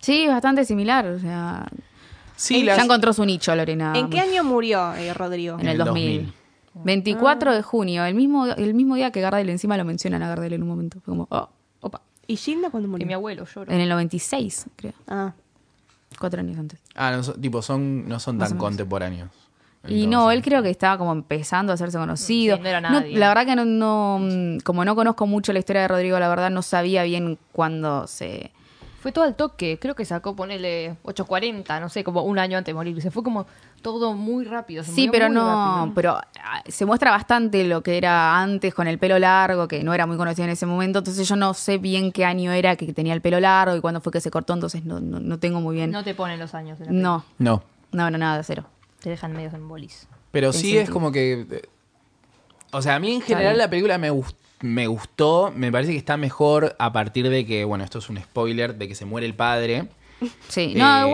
Sí, bastante similar. O sea, Sí, Eh, ya las- encontró su nicho, Lorena. ¿En qué año murió eh, Rodrigo? En el 2000. Ah. 24 de junio, el mismo, el mismo día que Gardel, encima lo mencionan a Gardel en un momento. Fue como, oh, opa. ¿Y Gilda cuándo Que murió? mi abuelo lloró. En el 96, creo. Ah. Cuatro años antes. Ah, no, son- tipo, son, no son Más o tan menos. contemporáneos. y no, Entonces, él creo que estaba como empezando a hacerse conocido. Sí, no era No, nadie. la verdad que no, no, mm, como no conozco mucho la historia de Rodrigo, la verdad no sabía bien cuándo se... Fue todo al toque, creo que sacó, ponele 8.40, no sé, como un año antes de morir. Se fue como todo muy rápido. se Sí, murió pero muy no, rápido. pero ah, se muestra bastante lo que era antes con el pelo largo, que no era muy conocido en ese momento, entonces yo no sé bien qué año era que tenía el pelo largo y cuándo fue que se cortó, entonces no, no, no tengo muy bien. No te ponen los años. en la No, No. no, no, nada, cero. película. Te dejan medios en bolis. Pero En sí es sentido. como que. eh, O sea, a mí en general bien. la película me, gus- me gustó. Me parece que está mejor a partir de que, bueno, esto es un spoiler, de que se muere el padre. Sí, no, Eh,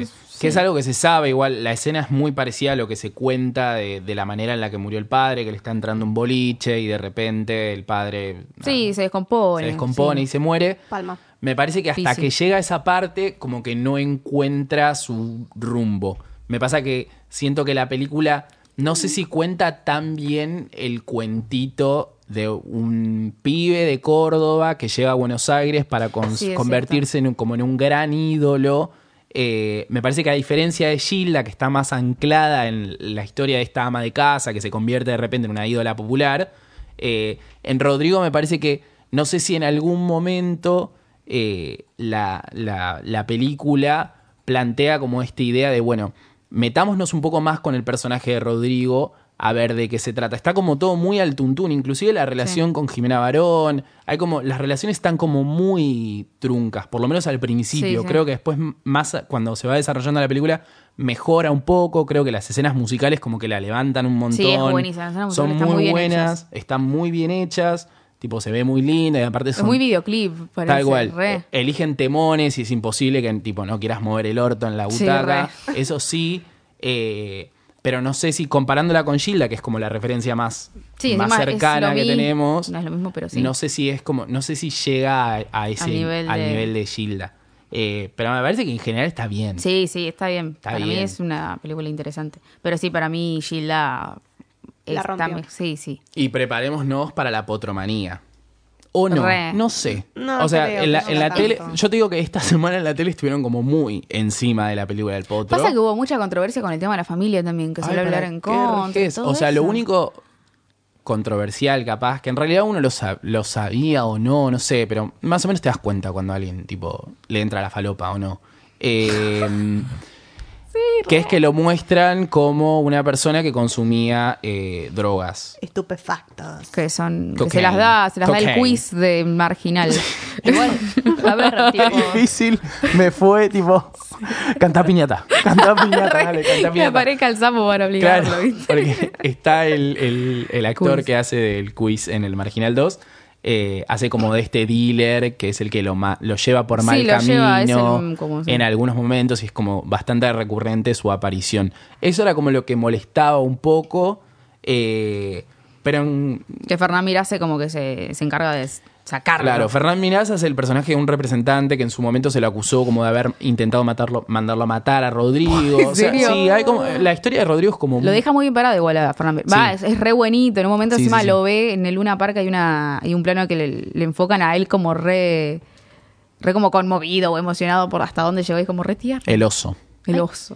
igual... Que es algo que se sabe, igual la escena es muy parecida a lo que se cuenta de, de la manera en la que murió el padre, que le está entrando un boliche y de repente el padre Sí, nada, se descompone. se descompone sí. y se muere. Palma. Me parece que hasta Difícil. que llega a esa parte, como que no encuentra su rumbo. Me pasa que siento que la película, no sé si cuenta tan bien el cuentito de un pibe de Córdoba que llega a Buenos Aires para cons- Sí, es convertirse en un- como en un gran ídolo. Eh, me parece que a diferencia de Gilda, que está más anclada en la historia de esta ama de casa, que se convierte de repente en una ídola popular, eh, en Rodrigo me parece que, no sé si en algún momento eh, la, la- la película plantea como esta idea de, bueno, metámonos un poco más con el personaje de Rodrigo a ver de qué se trata. Está como todo muy al tuntún, inclusive la relación con Jimena Barón, hay como, las relaciones están como muy truncas, por lo menos al principio. sí. Creo que después m- más a- cuando se va desarrollando la película mejora un poco, creo que las escenas musicales como que la levantan un montón. Sí, es buenísima, las escenas Son musicales están muy, muy bien buenas, hechas. están muy bien hechas, tipo se ve muy linda y aparte Es son muy videoclip, parece. Tal cual. re. E- Eligen temones y es imposible que tipo no quieras mover el orto en la Sí, butaca. Eso sí. eh, pero no sé si comparándola con Gilda, que es como la referencia más, Sí, más encima es cercana lo que mi- tenemos. No es lo mismo, pero sí. No sé si es como. No sé si llega a, a ese Al nivel al de- nivel de Gilda. Eh, pero me parece que en general está bien. Sí, sí, está bien. Está para mí bien. es una película interesante. Pero sí, para mí Gilda La es rompió. también- sí, sí. Y preparémonos para la potromanía. O no, Re. no sé. No o sea, creo en la, que en la sea tele, tanto. yo te digo que esta semana en la tele estuvieron como muy encima de la película del potro. Pasa que hubo mucha controversia con el tema de la familia también, que Ay, suele hablar para en qué contra. y rejez. todo O sea, lo eso. único controversial capaz, que en realidad uno lo, sab- lo sabía o no, no sé, pero más o menos te das cuenta cuando alguien tipo le entra la falopa o no. Eh, que es que lo muestran como una persona que consumía eh, drogas. Estupefactos. Que son. Que se Cocaine. las da, se las da el Cocaine. quiz de marginal. Igual, a ver, tipo, difícil me fue tipo canta piñata, canta piñata, dale, canta que aparezca el sapo para obligarlo, Claro, ¿viste? porque está el, el- el actor Quiz. que hace del quiz en el Marginal 2. eh, hace como de este dealer que es el que lo, ma- lo lleva por Sí, mal lo camino lleva, es el- como- en algunos momentos y es como bastante recurrente su aparición. Eso era como lo que molestaba un poco, eh, pero en- Que Fernán Mirase como que se, se encarga de s- sacarlo. Claro, Fernán Minás es el personaje de un representante que en su momento se lo acusó como de haber intentado matarlo, mandarlo a matar a Rodrigo. ¿En O sea, serio? sí, hay como, la historia de Rodrigo es como Lo deja muy bien parado igual a Fernán Mirase. Va, Uh. Sí. es, es re buenito. En un momento Sí, encima sí, sí. lo ve en el Luna Park hay, una, hay un plano que le, le enfocan a él como re... Re como conmovido o emocionado por hasta dónde llegó y como re tierno. el oso. El oso.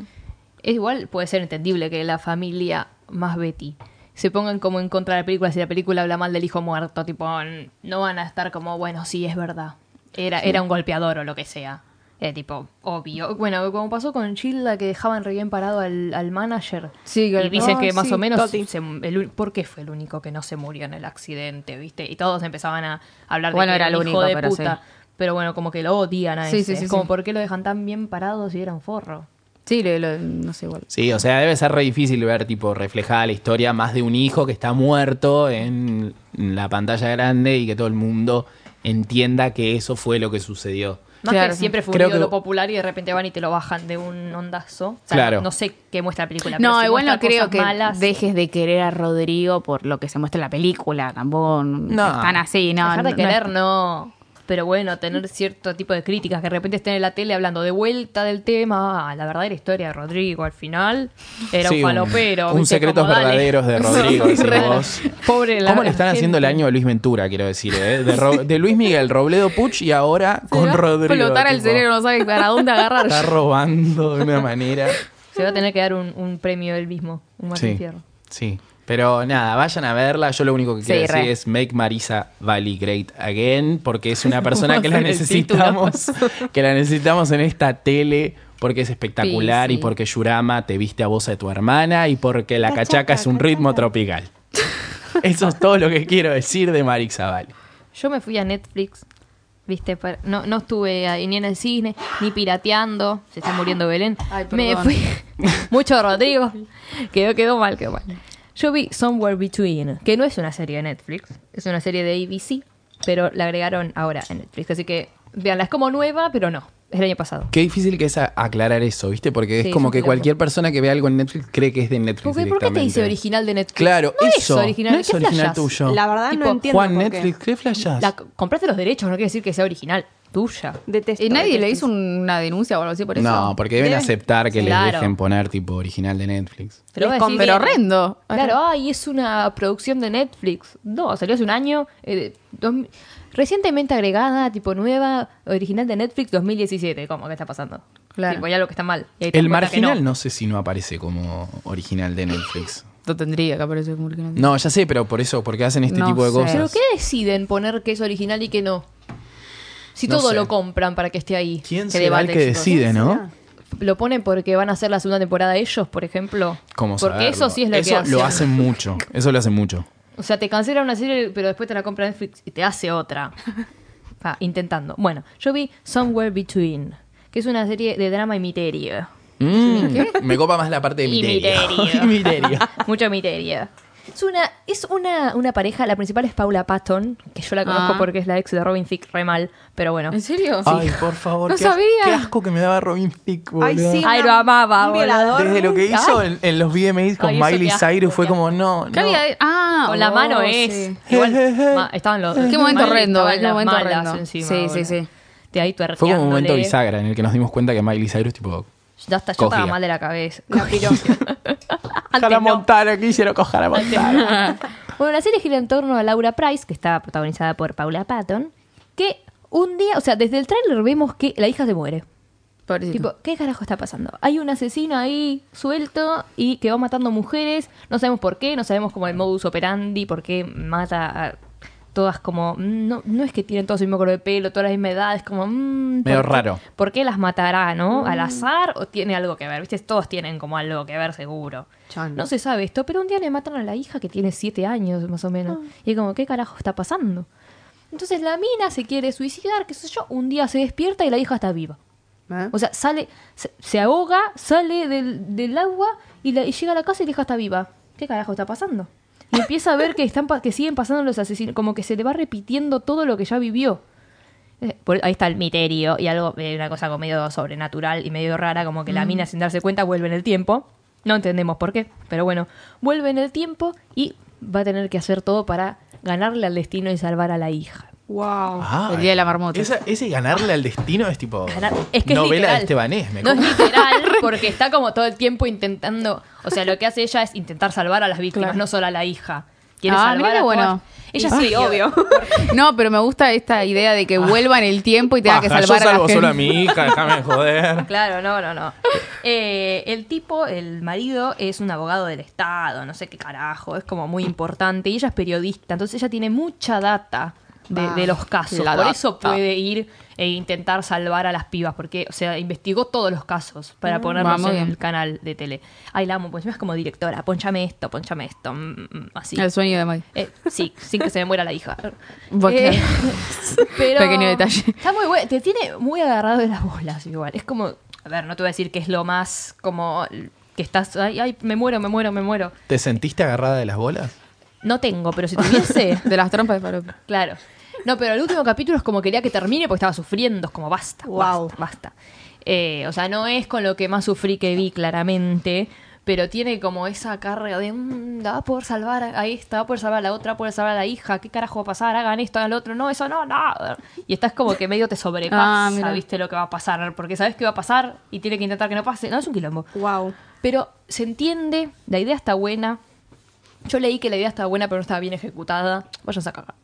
es igual puede ser entendible que la familia más Betty se pongan como en contra de la película si la película habla mal del hijo muerto, tipo, n- no van a estar como, bueno, sí, es verdad. Era, era un golpeador o lo que sea. Era tipo, obvio. Bueno, como pasó con Gilda que dejaban re bien parado al, al manager. Sí, que- y dicen Ay, que más sí, o menos Toti. se- el u- ¿por qué fue el único que no se murió en el accidente, viste? Y todos empezaban a hablar de Bueno, que era era el un hijo único, de pero puta. Pero bueno, como que lo odian a Sí, ese. sí, sí, es como, sí. ¿por qué lo dejan tan bien parado si era un forro? Sí, lo- lo- no sé igual. Sí, o sea, debe ser re difícil ver, tipo, reflejada la historia más de un hijo que está muerto en la pantalla grande y que todo el mundo entienda que eso fue lo que sucedió. Más Claro. que siempre fue Creo un que- ídolo popular y de repente van y te lo bajan de un ondazo. O sea, Claro. no, no sé qué muestra la película. pero No, si igual no muestra creo cosas que malas, dejes de querer a Rodrigo por lo que se muestra en la película, tampoco. No. No. Están así, no. dejar de no- querer, no. Pero bueno, tener cierto tipo de críticas que de repente estén en la tele hablando de vuelta del tema, ah, la verdadera historia de Rodrigo al final era Sí, un falopero. Un, ¿viste? secretos Como, dale. verdaderos de Rodrigo. Sí, decís re- vos. Pobre la ¿Cómo le están gente. haciendo el año a Luis Ventura, quiero decir? eh? De, Ro- de Luis Miguel, Robledo Puch y ahora Se le con va a Rodrigo. Explotar el tipo, cerebro, no sabe para dónde agarrar. Está robando de una manera. Se va a tener que dar un, un premio él mismo, un Martín Sí, Fierro. sí. Pero nada, vayan a verla. Yo lo único que quiero Sí, decir re. es Make Marisa Valley Great Again, porque es una persona que la Vamos a hacer el título. necesitamos, que la necesitamos en esta tele, porque es espectacular Sí, y sí. porque Yurama te viste a vos de tu hermana y porque la cachaca, Cachaca, es un ritmo tropical. Eso es todo lo que quiero decir de Marisa Valley. Yo me fui a Netflix, viste, para- no, no estuve ahí ni en el cine, ni pirateando, se está muriendo Belén. Ay, perdón. me fui mucho Rodrigo. Quedó, quedó mal, quedó mal. Yo vi Somewhere Between, que no es una serie de Netflix, es una serie de ABC, pero la agregaron ahora en Netflix. Así que, veanla, es como nueva, pero no, es del año pasado. Qué difícil que es a- aclarar eso, ¿viste? Porque Sí, es es como un que quilombo. cualquier persona que ve algo en Netflix cree que es de Netflix. Porque, ¿Por qué te dice directamente. original de Netflix? Claro, No eso. es original, no es ¿qué original flashás? tuyo. La verdad Tipo, no entiendo Juan por qué. Netflix, ¿qué flashás? La- compraste los derechos, no quiere decir que sea original, tuya. Detesto. ¿Y nadie le hizo detesto. una denuncia o algo así por eso? No, porque deben, Deben- aceptar que les Claro. dejen poner tipo original de Netflix. Pero Es vos con- decís, pero bien, horrendo. Claro, ay, es una producción de Netflix. No, salió hace un año. eh, dos mi- recientemente agregada, tipo nueva, original de Netflix 2017. ¿Cómo? ¿Qué está pasando? Claro. Tipo, ya lo que está mal. Y ahí te El das cuenta que marginal no. no. sé si no aparece como original de Netflix. No tendría que aparecer como original. No, ya sé, pero por eso, porque hacen este No tipo de sé. cosas. ¿Pero qué deciden poner que es original y que no? Si No todo sé. lo compran para que esté ahí. ¿Quién Qué será el debate, que chicos. decide, no? Lo ponen porque van a hacer la segunda temporada ellos, por ejemplo. ¿Cómo Porque saberlo? eso sí es lo que Eso lo hacen mucho. Eso lo hacen mucho. O sea, te cancela una serie, pero después te la compra Netflix y te hace otra. Va, intentando. Bueno, yo vi Somewhere Between, que es una serie de drama y misterio. Mm, me copa más la parte de Y misterio. misterio. Y misterio. Mucho misterio. Es una, es una, una pareja, la principal es Paula Patton, que yo la conozco Ah. porque es la ex de Robin Thicke, re mal, pero bueno. ¿En serio? Ay, por favor. No qué, as- sabía. qué asco que me daba Robin Thicke, Ay, boludo. sí. Ay, una- lo amaba, un boludo. violador. Desde lo que hizo en, en los VMAs con Ay, eso Miley qué asco, Cyrus fue qué como, no, ¿Qué no. había- Ah, Con la oh, mano sí. es. Igual, ma- estaban los. Qué momento Miley horrendo, eh, estaban qué las momento malas horrendo. encima, Sí, sí, boludo. sí. De ahí Fue como un momento tuerqueándole. bisagra en el que nos dimos cuenta que Miley Cyrus, tipo, Ya, está, yo Cogía. estaba mal de la cabeza. La piró. Antes Hannah no. Montana, quisieron con Hannah Montana. Ah, Bueno, la serie gira en torno a Laura Price, que está protagonizada por Paula Patton, que un día, o sea, desde el tráiler vemos que la hija se muere. Pobrecito. Tipo, ¿qué carajo está pasando? Hay un asesino ahí suelto y que va matando mujeres, no sabemos por qué, no sabemos como el modus operandi, por qué mata a todas como... mm, No, no es que tienen todos el mismo color de pelo, todas las mismas edades, como... mm, ¿por Medio qué- raro. Mm. ¿Por qué las matará, no? ¿Al azar o tiene algo que ver? ¿Viste? Todos tienen como algo que ver seguro. Ah, Chan. No se sabe esto, pero un día le matan a la hija que tiene siete años más o menos. Y es como, ¿qué carajo está pasando? Entonces la mina se quiere suicidar, qué sé yo, un día se despierta y la hija está viva. ¿Eh? O sea, sale, se, se ahoga, sale del, del agua y, la- y llega a la casa y la hija está viva. ¿Qué carajo está pasando? Y empieza a ver que, están, pa- que siguen pasando los asesinos, como que se le va repitiendo todo lo que ya vivió. Eh, por- ahí está el misterio y algo, eh, una cosa como medio sobrenatural y medio rara, como que la mina sin darse cuenta vuelve en el tiempo. No entendemos por qué, pero bueno, vuelve en el tiempo y va a tener que hacer todo para ganarle al destino y salvar a la hija. Wow. Ah, El día de la marmota. esa- ese ganarle al destino es tipo Ganar- es que es novela literal. de Estebanés. Me No es literal, porque está como todo el tiempo intentando. O sea, lo que hace ella es intentar salvar a las víctimas, no solo a la hija. Quiere Ah, salvar mirá a qué todas. bueno. Ella sí, obvio. No, pero me gusta esta idea de que Ah. vuelva en el tiempo y tenga que Baja, salvar Ah, yo a la salvo gente. solo a mi hija, déjame de joder. Claro, no, no, no. Eh, el tipo, el marido, es un abogado del Estado, no sé qué carajo, es como muy importante. Y ella es periodista, entonces ella tiene mucha data de, Ah, de los casos. Por la eso data. puede ir e intentar salvar a las pibas, porque, o sea, investigó todos los casos para ponernos Mm, vamos en bien. el canal de tele. Ay, la amo, pues encima es como directora, ponchame esto, ponchame esto, mm, mm, así. El sueño de Mike. Eh, sí, sin que se me muera la hija. Bueno, Eh, pero Pequeño detalle. Está muy bueno. Te tiene muy agarrado de las bolas igual. Es como, a ver, no te voy a decir que es lo más como que estás, ay, ay, me muero, me muero, me muero. ¿Te sentiste agarrada de las bolas? No tengo, pero si tuviese, De las trompas de Farope. claro. No, pero el último capítulo es como quería que termine porque estaba sufriendo, es como basta, Wow. basta, basta. Eh, o sea, no es con lo que más sufrí que vi claramente, pero tiene como esa carga de, mm, la va a poder salvar a esta, va a poder salvar a la otra, va a poder salvar a la hija, ¿qué carajo va a pasar? Hagan esto, hagan lo otro, no, eso no, no. Y estás como que medio te Ah, sobrepasa, mira. viste lo que va a pasar, porque sabes que va a pasar y tiene que intentar que no pase. No, es un quilombo. Wow. Pero se entiende, la idea está buena. Yo leí que la idea estaba buena, pero no estaba bien ejecutada. Vayan a cagar.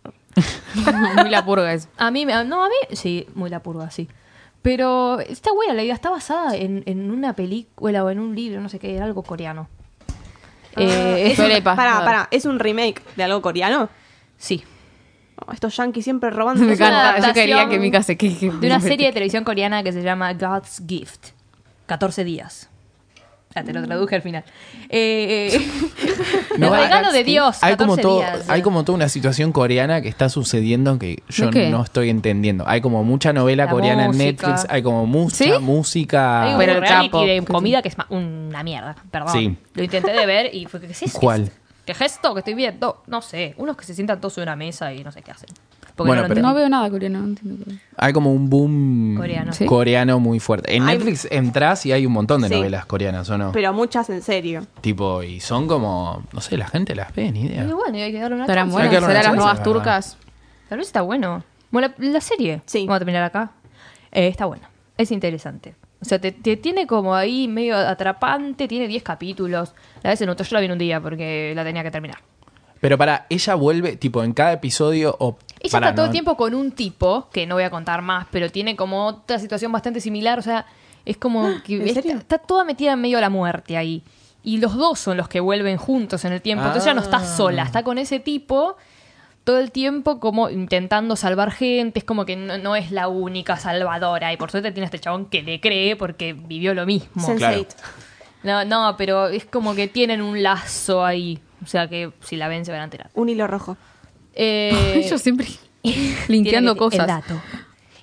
Muy la purga eso. A mí, me- no, a mí, sí, muy la purga, sí. Pero está buena la idea, está basada en, en una película o en un libro, no sé qué, era algo coreano. Ah, Eh, Suele Para, pasar. para, ¿es un remake de algo coreano? sí. Oh, estos yankees siempre robando. Me Es una encanta. Yo quería adaptación que Mika se queje. De una serie de televisión coreana que se llama God's Gift. 14 días. Ah, te lo traduje al final. Eh, eh, No, el hay- regalo de Dios. Hay como, 14 todo, días. hay como toda una situación coreana que está sucediendo que yo ¿De qué? no estoy entendiendo. Hay como mucha novela La coreana música. en Netflix, hay como mucha ¿Sí? música. Hay un Pero el reality capo. de comida que es ma- una mierda, perdón. Sí. Lo intenté de ver y fue que ¿qué es esto? ¿Cuál? ¿Qué gesto que estoy viendo? No sé, unos que se sientan todos en una mesa y no sé qué hacen. Porque Bueno, no lo pero- No entendí. veo nada coreano. No entiendo coreano. Hay como un boom Coreano. ¿Sí? coreano muy fuerte. En Hay- Netflix entras y hay un montón de Sí. novelas coreanas, ¿o no? Pero muchas en serio. tipo, y son como, no sé, la gente las ve, ni idea. Y bueno, y hay que darle una Estarán chance. Hay buenas. que darle ¿Será una las chance, nuevas la turcas? Tal vez está bueno. Bueno, la, la serie. Sí. Vamos a terminar acá. Eh, está bueno. Es interesante. O sea, te, te tiene como ahí medio atrapante, tiene 10 capítulos. La vez en otro yo la vi en un día porque la tenía que terminar. Pero para, ella vuelve, tipo, en cada episodio o... Ella pará, está todo no- el tiempo con un tipo, que no voy a contar más, pero tiene como otra situación bastante similar, o sea, es como que Ah, ¿En está, serio? está toda metida en medio de la muerte ahí. Y los dos son los que vuelven juntos en el tiempo, entonces ella no Ah. está sola, está con ese tipo todo el tiempo como intentando salvar gente, es como que no, no es la única salvadora, y por suerte tiene a este chabón que le cree porque vivió lo mismo. claro. Sense8. No, no, pero es como que tienen un lazo ahí, o sea que si la ven se van a enterar. Un hilo rojo. Eh, Yo siempre linkeando tiene que- el cosas. dato.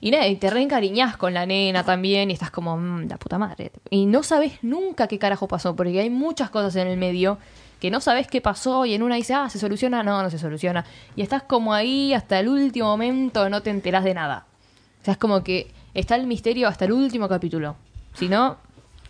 Y nada, y te reencariñás con la nena también y estás como, "Mm, la puta madre. Y no sabes nunca qué carajo pasó, porque hay muchas cosas en el medio que no sabes qué pasó y en una dice, ah, se soluciona, no, no se soluciona. Y estás como ahí hasta el último momento, no te enterás de nada. O sea, es como que está el misterio hasta el último capítulo. Si no...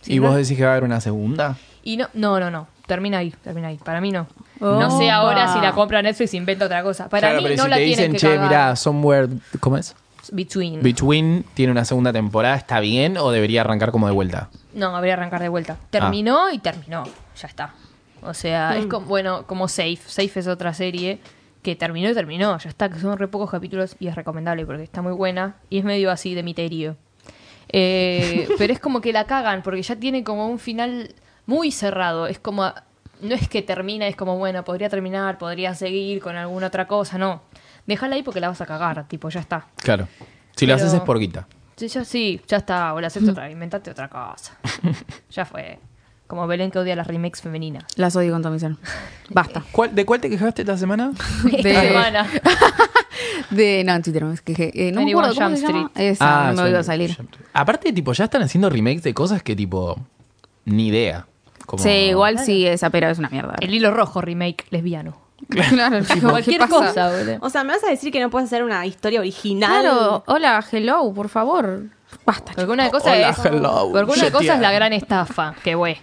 si ¿Y no- vos decís que va a haber una segunda? y no, no, no, no. Termina ahí, termina ahí. Para mí no. Oh. No sé ahora si la compra Netflix inventa otra cosa. Para claro, mí pero no si la te dicen, tienen que che, cagar. mirá, Somewhere, ¿cómo es? Between. Between tiene una segunda temporada, ¿está bien o debería arrancar como de vuelta? No, habría que arrancar de vuelta. Terminó y terminó. Ya está. O sea, es como, bueno, como Safe. Safe es otra serie que terminó y terminó. Ya está, que son re pocos capítulos y es recomendable porque está muy buena y es medio así de misterio. Eh, pero es como que la cagan porque ya tiene como un final muy cerrado. Es como. No es que termina, es como, bueno, podría terminar, podría seguir con alguna otra cosa. No. Déjala ahí porque la vas a cagar. Tipo, ya está. Claro. Si lo Pero- haces es por guita. Sí, ya sí, ya está, o la haces otra, inventate otra cosa. ya fue. Como Belén que odia las remakes femeninas. Las odio con Tommy Cern. Basta. ¿Cuál- ¿De cuál te quejaste esta semana? De- Esta semana. De, no, en Twitter me quejé. Eh, no me 21 acuerdo cómo Jump se llama. Esa, Ah, no me sí. iba a salir. Aparte, tipo, ya están haciendo remakes de cosas que, tipo, ni idea. Como- Sí, igual sí, esa, pero es una mierda. El hilo rojo remake lesbiano. Claro, tipo, Cualquier ¿qué pasa? cosa, boludo. O sea, me vas a decir que no puedes hacer una historia original. Claro, hola, hello, por favor. Basta. Porque una cosa Hola, es. hello, porque una yo cosa es la te- gran estafa, que güey.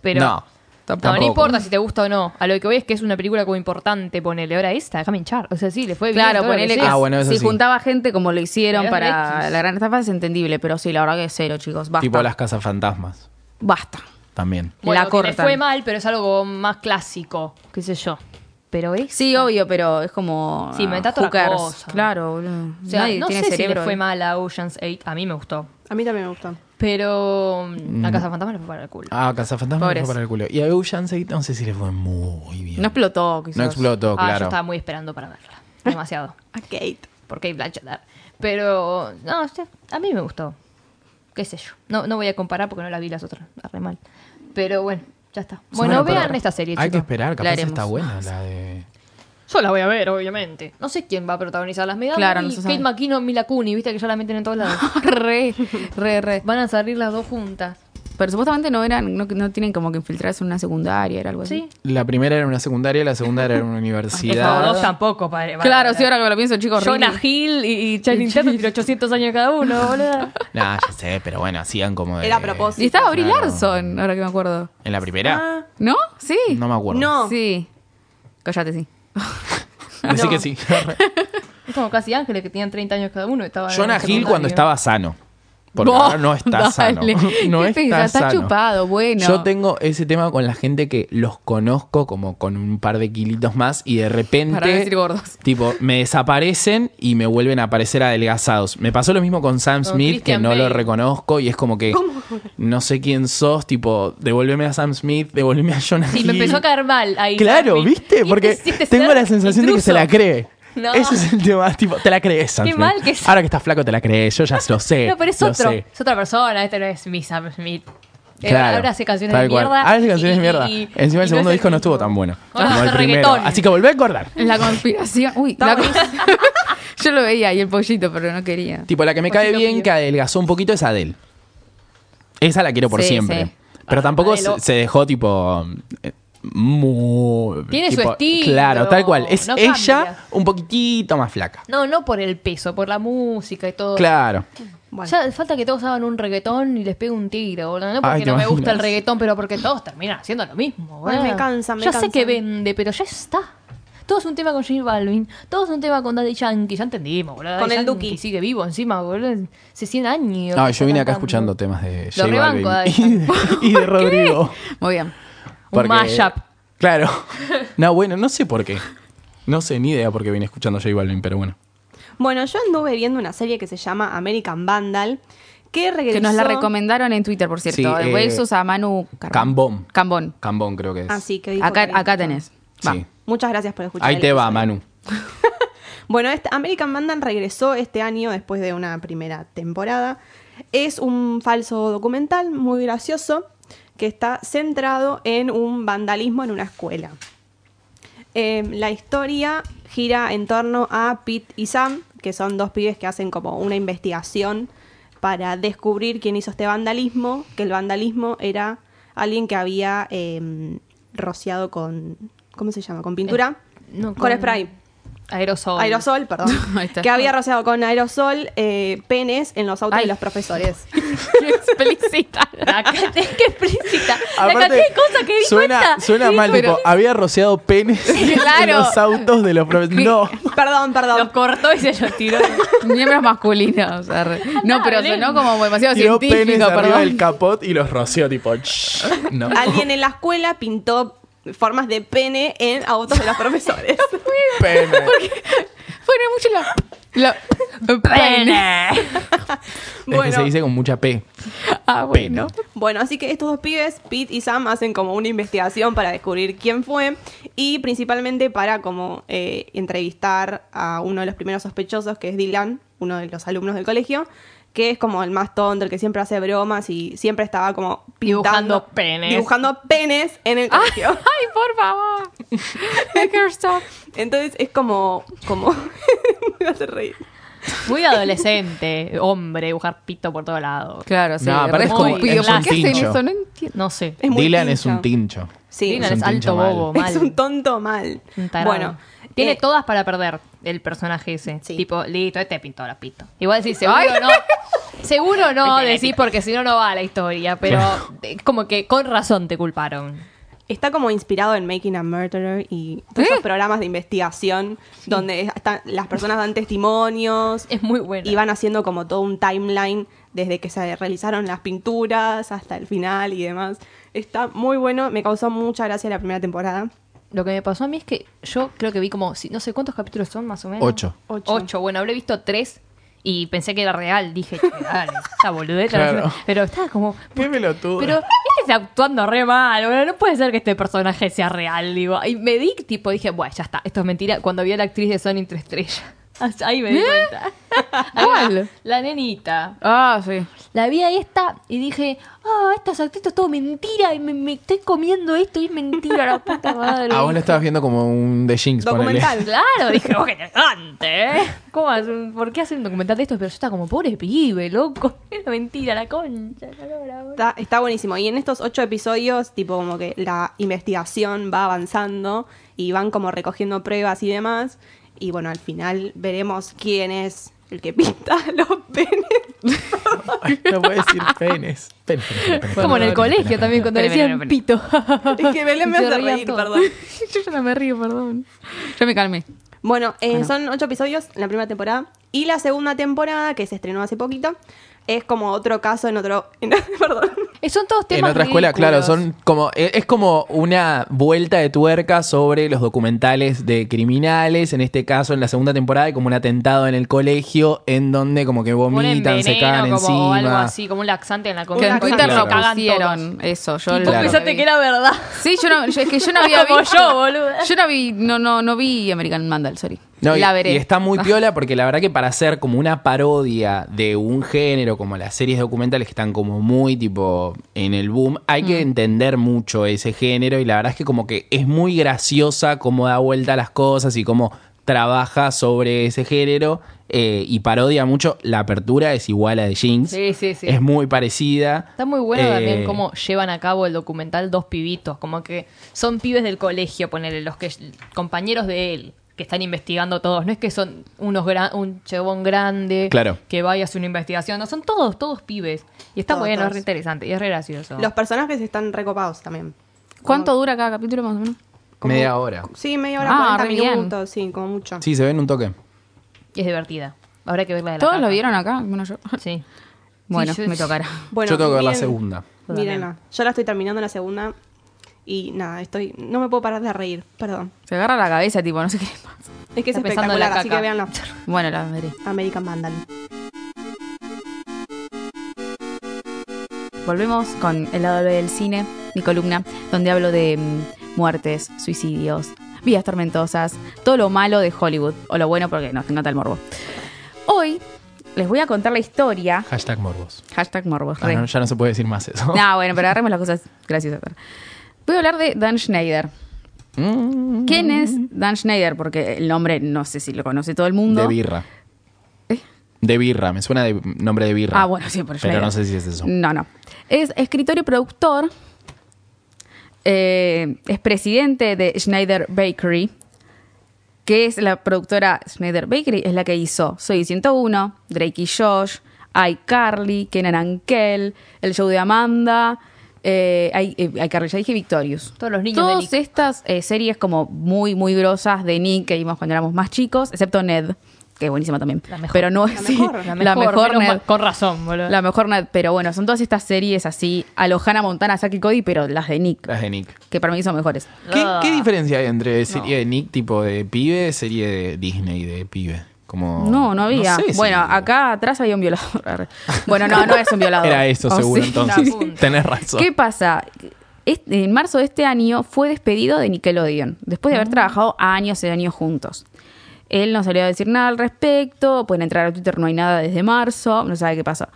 Pero. No, No, tampoco. no importa si te gusta o no. A lo que voy es que es una película como importante, ponele. Ahora esta, déjame hinchar. O sea, sí, le fue bien. Claro, todo lo que ponele que sea. Ah, bueno, eso si sí. juntaba gente como lo hicieron Pero es para X. la gran estafa es entendible, pero sí, la verdad que es cero, chicos. Basta. Tipo las cazafantasmas Basta. también. Bueno, la que le cortan. fue mal, pero es algo más clásico, qué sé yo. Pero es. Sí, obvio, pero es como. Sí, inventá ah, otra hookers. cosa. Claro, boludo. O sea, Nadie no tiene sé si cerebro. ¿eh? le fue mal a Ocean's 8. A mí me gustó. A mí también me gustó. Pero mm, a Casa Fantasma le fue para el culo. Ah, cazafantasmas Pobres. fue para el culo. Y a Ocean's Eight, no sé si le fue muy bien. No explotó, quizás. No explotó, Ah, yo claro. estaba muy esperando para verla. Demasiado. A Ah, Kate. Por Kate Blanchett. Pero, no, o sea, a mí me gustó. Qué sé yo. No, no voy a comparar porque no la vi las otras. Re mal. Pero bueno, ya está. Bueno, pero- vean esta serie, Hay que chicos. esperar, La capaz haremos. está buena la de... Yo la voy a ver, obviamente. No sé quién va a protagonizar las medias. Claro, y no se sabe. Kate McKinnon, Mila Kunis, viste que ya la meten en todos lados. re, re, re. Van a salir las dos juntas. Pero supuestamente no eran, no, no tienen como que infiltrarse en una secundaria, era algo así. Pues Sí. La primera era una secundaria, la segunda era una Estas universidad. dos tampoco, padre. Claro, sí, ahora que me lo pienso, chicos, Jonah really. Hill y, y Channing Tatum tienen 800 años cada uno, boludo. Nah, ya sé, pero bueno, hacían como de... Era a propósito. Y estaba Brie Claro. Larson, ahora que me acuerdo. ¿En la Ah, primera? ¿No? Sí. No me acuerdo. No. Sí. Cállate, sí. Así No. que sí. Es como casi ángeles que tenían 30 años cada uno. Estaban en Jonah el Hill cuando secundario. estaba sano. Porque Vos, ahora no está dale. sano. No ¿Qué está, te digas? Está sano. chupado, bueno. Yo tengo ese tema con la gente que los conozco como con un par de kilitos más y de repente. Para no decir gordos. Tipo, me desaparecen y me vuelven a aparecer adelgazados. Me pasó lo mismo con Sam Con Smith, que Christian no lo Bale. reconozco y es como que. No sé quién sos, tipo, devuélveme a Sam Smith, devuélveme a Jonah Sí, me Hill. empezó a caer mal ahí. Claro, Sam Smith. ¿viste? Y Porque este- este tengo ser la sensación de que se la intruso. cree. No. Ese es el tema, tipo, te la crees, Sam Qué Smith. mal que es. Ahora que estás flaco te la crees, yo ya lo sé. No, pero es lo otro. Eh, sé. Es otra persona. Este no es mi Sam Smith. Eh, Claro, Ahora hace canciones tal de cual. mierda. Ahora hace canciones de y- mierda. y- Encima y el segundo es disco no estuvo mismo. tan bueno. Ahora como el hace primero. reggaetón. Así que volvé a acordar. La conspiración. Uy, la Yo lo veía y el pollito, pero no quería. Tipo, la que me cae bien, que adelgazó un poquito, es Adele. Esa la quiero por Sí, siempre. sí. Pero Ah, tampoco Adele, se, o- se dejó, tipo. eh, Muy. Tiene su tipo, estilo, Claro, tal cual. Es no ella cambia. un poquitito más flaca. No, no por el peso, por la música y todo. Claro. Bueno. Ya falta que todos hagan un reggaetón y les pegue un tiro, boludo. No porque Ay, ¿te no me gusta imaginas? el reggaetón, pero porque todos terminan haciendo lo mismo, Ay, boludo. me cansan, me Ya sé cansan. que vende, pero ya está. Todo es un tema con J Balvin, todo es un tema con Daddy Yankee, ya entendimos, boludo. Con Daddy el Duki. Yankee sigue vivo encima, boludo. Hace 100 años. No, yo que está vine acá cantando. escuchando temas de J Lo Balvin rebanco a Daddy y de, y de Rodrigo. Muy bien. Porque- mashup. Claro. No, bueno, no sé por qué. No sé ni idea por qué vine escuchando a J Balvin, pero bueno. Bueno, yo anduve viendo una serie que se llama American Vandal, que regresó... Que nos la recomendaron en Twitter, por cierto. Sí, de eh, Huesos a Manu Carbón. Cambón. Cambón. Cambón creo que es. Así Ah, que dijo Acá, que- acá tenés. Va. Sí. Muchas gracias por escuchar. Ahí el te va, episodio. Manu. Bueno, este- American Vandal regresó este año después de una primera temporada. Es un falso documental muy gracioso que está centrado en un vandalismo en una escuela. Eh, la historia gira en torno a Pete y Sam, que son dos pibes que hacen como una investigación para descubrir quién hizo este vandalismo, que el vandalismo era alguien que había eh, rociado con, ¿cómo se llama? Con pintura, con, no, con- spray. Aerosol. Aerosol, perdón. Ahí está. que había rociado con aerosol eh, penes en los autos Ay. de los profesores. Explícita. La cantidad- qué explícita. La Aparte, cantidad de cosas que dijo Suena, esta. suena mal, pero- tipo, había rociado penes en Claro. los autos de los profesores. No. perdón, perdón. Los cortó y se los tiró. Miembros masculinos. arre. No, pero Belén. sonó como demasiado Tiró penes científico, arriba del perdón. capot y los roció, tipo, "Shh". no. Alguien en la escuela pintó formas de pene en autos de los profesores. Pene. Fueron mucho la... la- Es que se dice con mucha P. Ah, bueno. Bueno, así que estos dos pibes, Pete y Sam, hacen como una investigación para descubrir quién fue y principalmente para como eh, entrevistar a uno de los primeros sospechosos, que es Dylan, uno de los alumnos del colegio, que es como el más tonto, el que siempre hace bromas y siempre estaba como pintando, Dibujando penes. Ah. dibujando penes en el colegio. Ay, por favor. Make her stop. Entonces es como, como, me hace reír. Muy adolescente, hombre, dibujar pito por todos lados. Claro, sí. No, aparte es como- restupido. es ¿Por un qué hacen tincho. eso? No entiendo. No sé. Es muy Dylan tincho. es un tincho. Sí. Dylan Es un es alto pincho mal. bobo, mal. Es un tonto mal. Un tarado. Bueno, Tiene eh, todas para perder el personaje ese. Sí. Tipo, listo, este pintó la pito. Igual decís, seguro no. Seguro no, decís, porque si no, no va la historia. Pero es como que con razón te culparon. Está como inspirado en Making a Murderer y todos esos programas de investigación donde están- las personas dan testimonios Es muy bueno. y van haciendo como todo un timeline desde que se realizaron las pinturas hasta el final y demás. Está muy bueno, me causó mucha gracia la primera temporada. Lo que me pasó a mí es que yo creo que vi como, si- no sé cuántos capítulos son más o menos. Ocho. Ocho. Ocho. Bueno, habré visto tres y pensé que era real. Dije, "Che, dale, esta boludez. Claro. Pero estaba como, Qué pelotudo. Pero este está actuando re mal, boludo. No puede ser que este personaje sea real, digo. Y me di, tipo, dije, bueno, ya está, esto es mentira. Cuando vi a la actriz de Sonic 3 estrellas. Ahí ¿Eh? me di cuenta. ¿Cuál? La nenita. Ah, sí. La vi a esta y dije, ah, esta estas actritos todo mentira y me, me estoy comiendo esto y es mentira, la puta madre. Ah, vos lo estabas viendo como un The Jinx, ponele. Documental. Claro, dije, vos qué interesante, ¿eh? ¿Cómo hacen- ¿Por qué hacen un documental de esto? Pero yo estaba como, pobre pibe, loco. Era mentira, la concha. la lora, boludo. Está, está buenísimo. Y en estos ocho episodios, tipo como que la investigación va avanzando y van como recogiendo pruebas y demás. Y bueno, al final veremos quién es el que pinta los penes. Ay, No puedes decir penes. Penes, penes, penes, penes, Como en el penes, penes, colegio penes, también, penes, cuando Espera, decían espera, pito. es que Belén me Se hace reían reír, todos. perdón. Yo ya no me río, perdón. Yo me calmé. Bueno, eh, son ocho episodios en la primera temporada. Y la segunda temporada, que se estrenó hace poquito, es como otro caso en otro... en- perdón. Eh, Son todos En temas otra escuela, claro, ridículos. son como e- es como una vuelta de tuerca sobre los documentales de criminales, en este caso en la segunda temporada hay como un atentado en el colegio en donde como que Ponen vomitan, se caen veneno como, o algo encima. así, como un laxante en la comida. Que en Cosa Twitter que lo se cagan pusieron. Eso, yo todos. lo Vos Claro. pensaste vi. que era verdad. Sí, yo no, yo- es que yo no había Como visto. yo, boluda. Yo no vi, no, no, no vi American Mandal, sorry. No, y, la veré. y está muy piola porque la verdad que para hacer como una parodia de un género, como las series documentales que están como muy tipo en el boom, hay que Mm. entender mucho ese género y la verdad es que como que es muy graciosa cómo da vuelta a las cosas y cómo trabaja sobre ese género eh, y parodia mucho. La apertura es igual a de Jinx. Sí, sí, sí. Es muy parecida. Está muy bueno Eh, también cómo llevan a cabo el documental dos pibitos, como que son pibes del colegio, ponele, los que compañeros de él que están investigando todos, no es que son unos gran, un chabón grande Claro. que vaya a hacer una investigación, no, son todos, todos pibes. Y está Todos, bueno, todos. es re interesante y es re gracioso. Los personajes están recopados también. ¿Cuánto dura cada capítulo más o menos? Media hora. Sí, media hora, Ah, 40 re bien. minutos, sí, como mucho. Sí, se ven un toque. Y es divertida. Habrá que verla de la ¿Todos caja. lo vieron acá? Bueno, yo. Sí. Bueno, Sí, yo- me tocará. Bueno, Yo tengo que ver la miren- segunda. Yo Mírenla. Yo la estoy terminando la segunda y nada, estoy no me puedo parar de reír, perdón. Se agarra la cabeza, tipo, no sé qué le pasa. Es que es Está pensando en la espectacular, así que caca. veanla. Bueno, la veré. American Vandal. Volvemos con el lado B del cine, mi columna, donde hablo de mm, muertes, suicidios, vidas tormentosas, todo lo malo de Hollywood, o lo bueno porque nos encanta el morbo. Hoy les voy a contar la historia, Hashtag morbos. hashtag morbo, Ah, re. no, ya no se puede decir más eso. No, bueno, pero agarremos las cosas graciosas. Voy a hablar de Dan Schneider. Mm. ¿Quién es Dan Schneider? Porque el nombre no sé si lo conoce todo el mundo. De birra. ¿Eh? De birra, me suena de nombre de birra. Ah, bueno, sí, por Pero Schneider. no sé si es eso. No, no. Es escritor y productor. eh, es presidente de Schneider Bakery, que es la productora Schneider Bakery, es la que hizo Soy 101, Drake y Josh, iCarly, Kenan and Kel, el show de Amanda, eh, I- eh, iCarly, ya dije Victorious. Todos los niños de Todas Nick. estas eh, series como muy, muy grosas de Nick que vimos cuando éramos más chicos, excepto Ned, que es buenísima también. La mejor. Pero no es sí, mejor, La la mejor, mejor menos Ned. mal, Con razón, boludo. La mejor Ned, pero bueno, son todas estas series así, a lo Hannah Montana, Saki Cody, pero las de Nick, Las de Nick. que para mí son mejores. ¿Qué, Ah. qué diferencia hay entre serie de Nick tipo de pibe, serie de Disney de pibe? Como, No, no había. sé si- bueno, acá atrás había un violador. Arre. Bueno, no, no es un violador. Era eso Oh, seguro sí. entonces. Está a punto. Tenés razón. ¿Qué pasa? Este- en marzo de este año fue despedido de Nickelodeon, después de Ah. haber trabajado años y años juntos. Él no salió a decir nada al respecto, pueden entrar a Twitter, no hay nada desde marzo, no sabe qué pasó.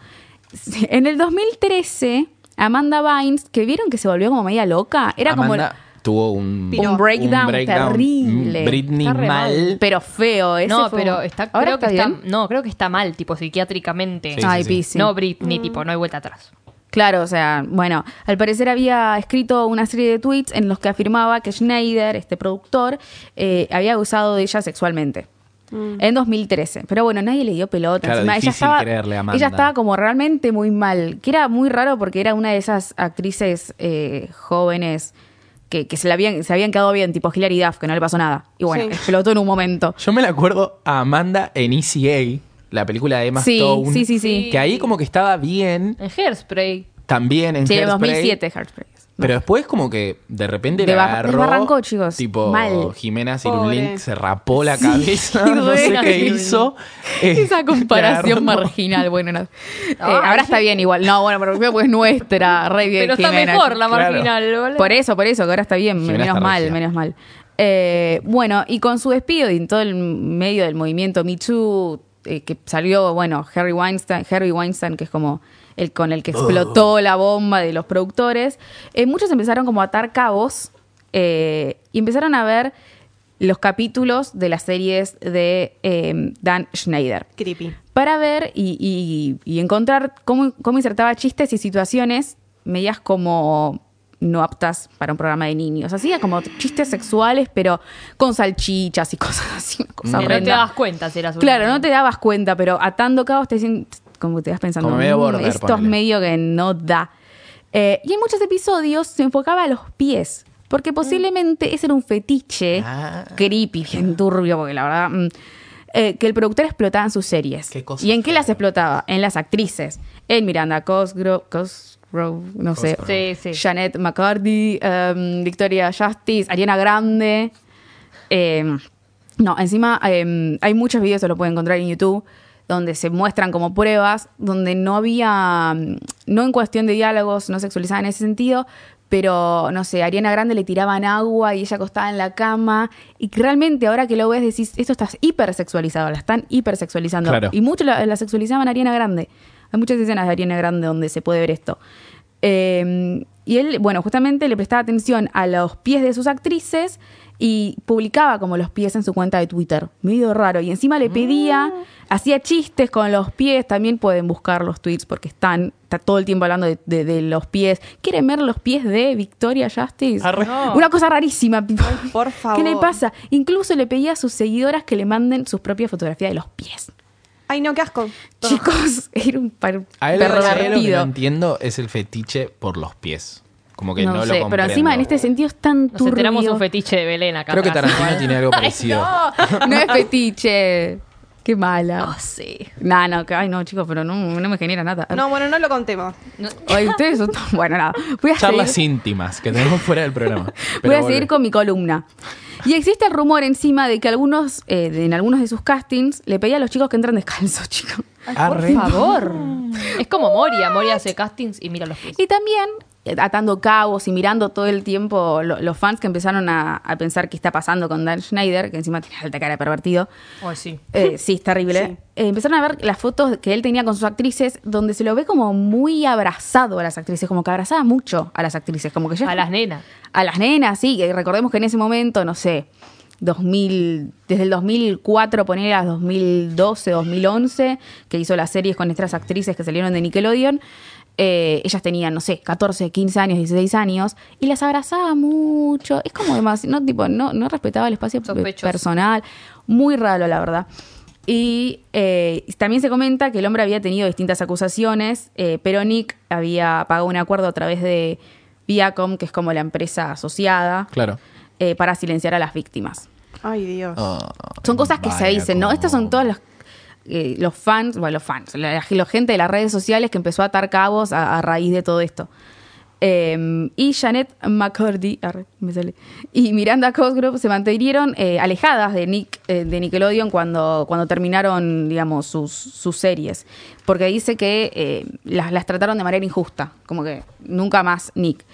En el 2013, Amanda Bynes, que vieron que se volvió como media loca, era como... Amanda tuvo un, un breakdown, terrible. Britney Está re mal. Pero feo, ese No, fue pero como- está, ¿Ahora creo que está, Ah, bien? no, creo que está mal, tipo psiquiátricamente. Sí, Ay, sí. Pisi. No, Britney, tipo, no hay vuelta atrás. Claro, o sea, bueno, al parecer había escrito una serie de tweets en los que afirmaba que Schneider, este productor, eh, había abusado de ella sexualmente. En 2013. Pero bueno, nadie le dio pelota. Claro, Encima, ella, difícil estaba, creerle a Amanda. ella estaba como realmente muy mal. Que era muy raro porque era una de esas actrices eh, jóvenes que, que se, la habían, se habían quedado bien, tipo Hilary Duff, que no le pasó nada. Y bueno, Sí. explotó en un momento. Yo me la acuerdo a Amanda en ECA, la película de Emma Sí, Stone. sí, sí, sí. Que ahí como que estaba bien, En Hairspray. también en Sí, en Hairspray, 2007, Hairspray. Pero después como que de repente De la ba- agarró. desbarrancó, chicos. Tipo Mal. Jimena Pobre. Cirulink se rapó la cabeza, no re. sé qué hizo. Eh, Esa la comparación agarró. marginal, bueno, no. Eh, Ah, ahora está bien igual. No, bueno, pero pues es nuestra, re bien. Pero está Jimena. mejor la Claro. marginal, ¿vale? Por eso, por eso, que ahora está bien, Jimena menos está mal, regia. menos mal. Eh, bueno, y con su despido y en todo el medio del movimiento Me Too, eh, que salió, bueno, Harry Weinstein, Harry Weinstein, que es como el con el que explotó la bomba de los productores, eh, muchos empezaron como a atar cabos eh, y empezaron a ver los capítulos de las series de eh, Dan Schneider Creepy. para ver y, y- y encontrar cómo, cómo insertaba chistes y situaciones medias como no aptas para un programa de niños. Hacía como chistes sexuales, pero con salchichas y cosas así, una cosa Que no te horrenda. das cuenta si eras un Claro, niño. no te dabas cuenta, pero atando cabos te dicen, como que te vas pensando, Como medio "Mm, border, esto es ponele". medio que no da. Eh, y en muchos episodios se enfocaba a los pies, porque posiblemente ese era un fetiche Mm. Ah. creepy, bien turbio, porque la verdad, mm, eh, que el productor explotaba en sus series. Qué cosa ¿Y en qué fea. las explotaba? En las actrices. En Miranda Cosgrove, Cosgrove no sé, Cosgrove. Sí, sí. Janet McCarthy, em, Victoria Justice, Ariana Grande. Em, no, encima em, hay muchos videos, se lo pueden encontrar en YouTube, donde se muestran como pruebas, donde no había, mm, no en cuestión de diálogos, no sexualizada en ese sentido, pero no sé, a Ariana Grande le tiraban agua y ella acostada en la cama. Y que realmente ahora que lo ves decís, esto está hipersexualizado, la están hipersexualizando. Claro. Y mucho la, la sexualizaban a Ariana Grande. Hay muchas escenas de Ariana Grande donde se puede ver esto. Eh, y él, bueno, justamente le prestaba atención a los pies de sus actrices y publicaba como los pies en su cuenta de Twitter. Medio raro. Y encima le pedía, Ah. hacía chistes con los pies. También pueden buscar los tweets porque están, está todo el tiempo hablando de, de- de los pies. ¿Quieren ver los pies de Victoria Justice? Arre. Una cosa rarísima. tipo, por ¿Qué le favor. pasa? Incluso le pedía a sus seguidoras que le manden sus propias fotografías de los pies. Ay, no, qué asco. Chicos, era un par A él lo que lo que no pervertido. entiendo es el fetiche por los pies. Como que no, no, lo sé, comprendo. pero encima en este sentido es tan Nos enteramos turbio. Oh, un fetiche de Belén acá. Creo que atrás. Tarantino tiene algo parecido. no es fetiche. Qué mala. Oh, sí. No, no, que- ay no, chicos, pero no, no me genera nada. No, bueno, no lo contemos. Ay, ustedes son tan- Bueno, nada. Voy a Charlas seguir, íntimas que tenemos fuera del programa. voy Pero a seguir volve. con mi columna. Y existe el rumor encima de que algunos, eh, de- en algunos de sus castings, le pedía a los chicos que entran descalzos, chicos. Arre. Por favor. Es como Moria. Moria hace castings y mira los pies. Y también eh, atando cabos y mirando todo el tiempo lo- los fans que empezaron a, a pensar qué está pasando con Dan Schneider, que encima tiene alta cara de pervertido. Ay, Oh, sí. Eh, sí, es terrible. Eh, empezaron a ver las fotos que él tenía con sus actrices, donde se lo ve como muy abrazado a las actrices, como que abrazaba mucho a las actrices, como que ya A las nenas. a las nenas, sí, que recordemos que en ese momento, no sé, 2000, desde el 2004, poner a 2012, 2011, que hizo las series con estas actrices que salieron de Nickelodeon, eh, ellas tenían, no sé, 14, 15 años, 16 años, y las abrazaba mucho. Es como demás, no, tipo, no, no respetaba el espacio Sospechoso. personal. Muy raro, la verdad. Y eh, también se comenta que el hombre había tenido distintas acusaciones, eh, pero Nick había pagado un acuerdo a través de Viacom, que es como la empresa asociada, Claro. eh, para silenciar a las víctimas. Ay, Dios. Son cosas que se Vaya dicen, ¿no? como- Estas son todas las. eh, los fans, bueno, los fans, la, la gente de las redes sociales que empezó a atar cabos a, a raíz de todo esto. Eh, y Janet McCurdy arre, me sale, y Miranda Cosgrove se mantuvieron eh, alejadas de, Nick, eh, de Nickelodeon cuando, cuando terminaron, digamos, sus, sus series. Porque dice que eh, las, las trataron de manera injusta, como que nunca más Nick.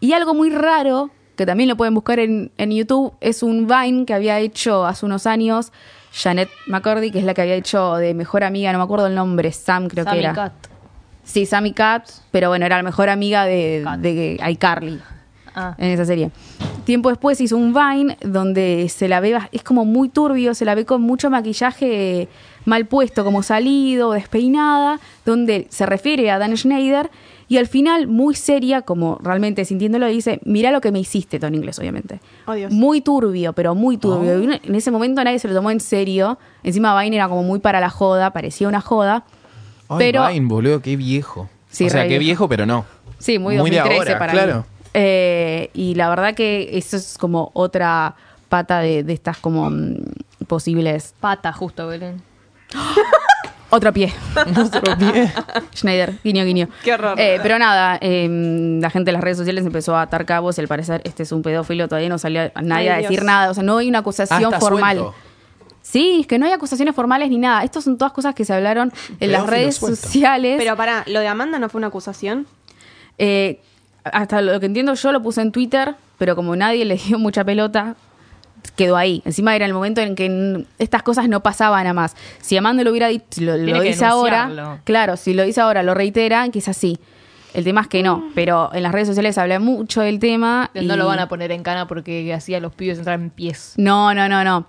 Y algo muy raro, que también lo pueden buscar en, en YouTube, es un Vine que había hecho hace unos años Janet McCurdy, que es la que había hecho de mejor amiga, no me acuerdo el nombre, Sam creo que Sammy era. Cat. Sí, Sammy Cat, pero bueno, era la mejor amiga de, Cat. de iCarly Ah. en esa serie. Tiempo después hizo un Vine donde se la ve, bas- es como muy turbio, se la ve con mucho maquillaje mal puesto, como salido, despeinada, donde se refiere a Dan Schneider y al final, muy seria, como realmente sintiéndolo, dice, mirá lo que me hiciste, Tony Inglés, obviamente. Oh, Dios. Oh. Muy turbio, pero muy turbio. Y uno- en ese momento nadie se lo tomó en serio. Encima Vine era como muy para la joda, parecía una joda. Ay, pero Vine, boludo, qué viejo. Sí, o sea, re qué viejo. viejo, pero no. Ah, Sí, muy Muy de 2013 ahora, para claro. mí. Eh, y la verdad que eso es como otra pata de, de estas como mm, posibles... Pata, justo, Belén. Otro pie. Schneider, guiño, guiño. Qué horror. Eh, pero nada, eh, la gente de las redes sociales empezó a atar cabos y al parecer este es un pedófilo, todavía no salió a nadie Ay, a decir Dios. nada. O sea, no hay una Ah, acusación está formal. suelto. Sí, es que no hay acusaciones formales ni nada. Estas son todas cosas que se hablaron en las Pedófilo redes suelto. sociales. Pero para, lo de Amanda no fue una acusación. Eh, hasta lo que entiendo yo lo puse en Twitter, pero como nadie le dio mucha pelota, quedó ahí. Encima era el momento en que n- estas cosas no pasaban a más. Si Amando lo hubiera dicho, lo, lo Tiene que dice ahora, denunciarlo. claro, si lo dice ahora, lo reitera, quizás sí. El tema es que no, pero en las redes sociales se habla mucho del tema. No y- lo van a poner en cana porque hacía a los pibes entrar en pies. No, no, no, no.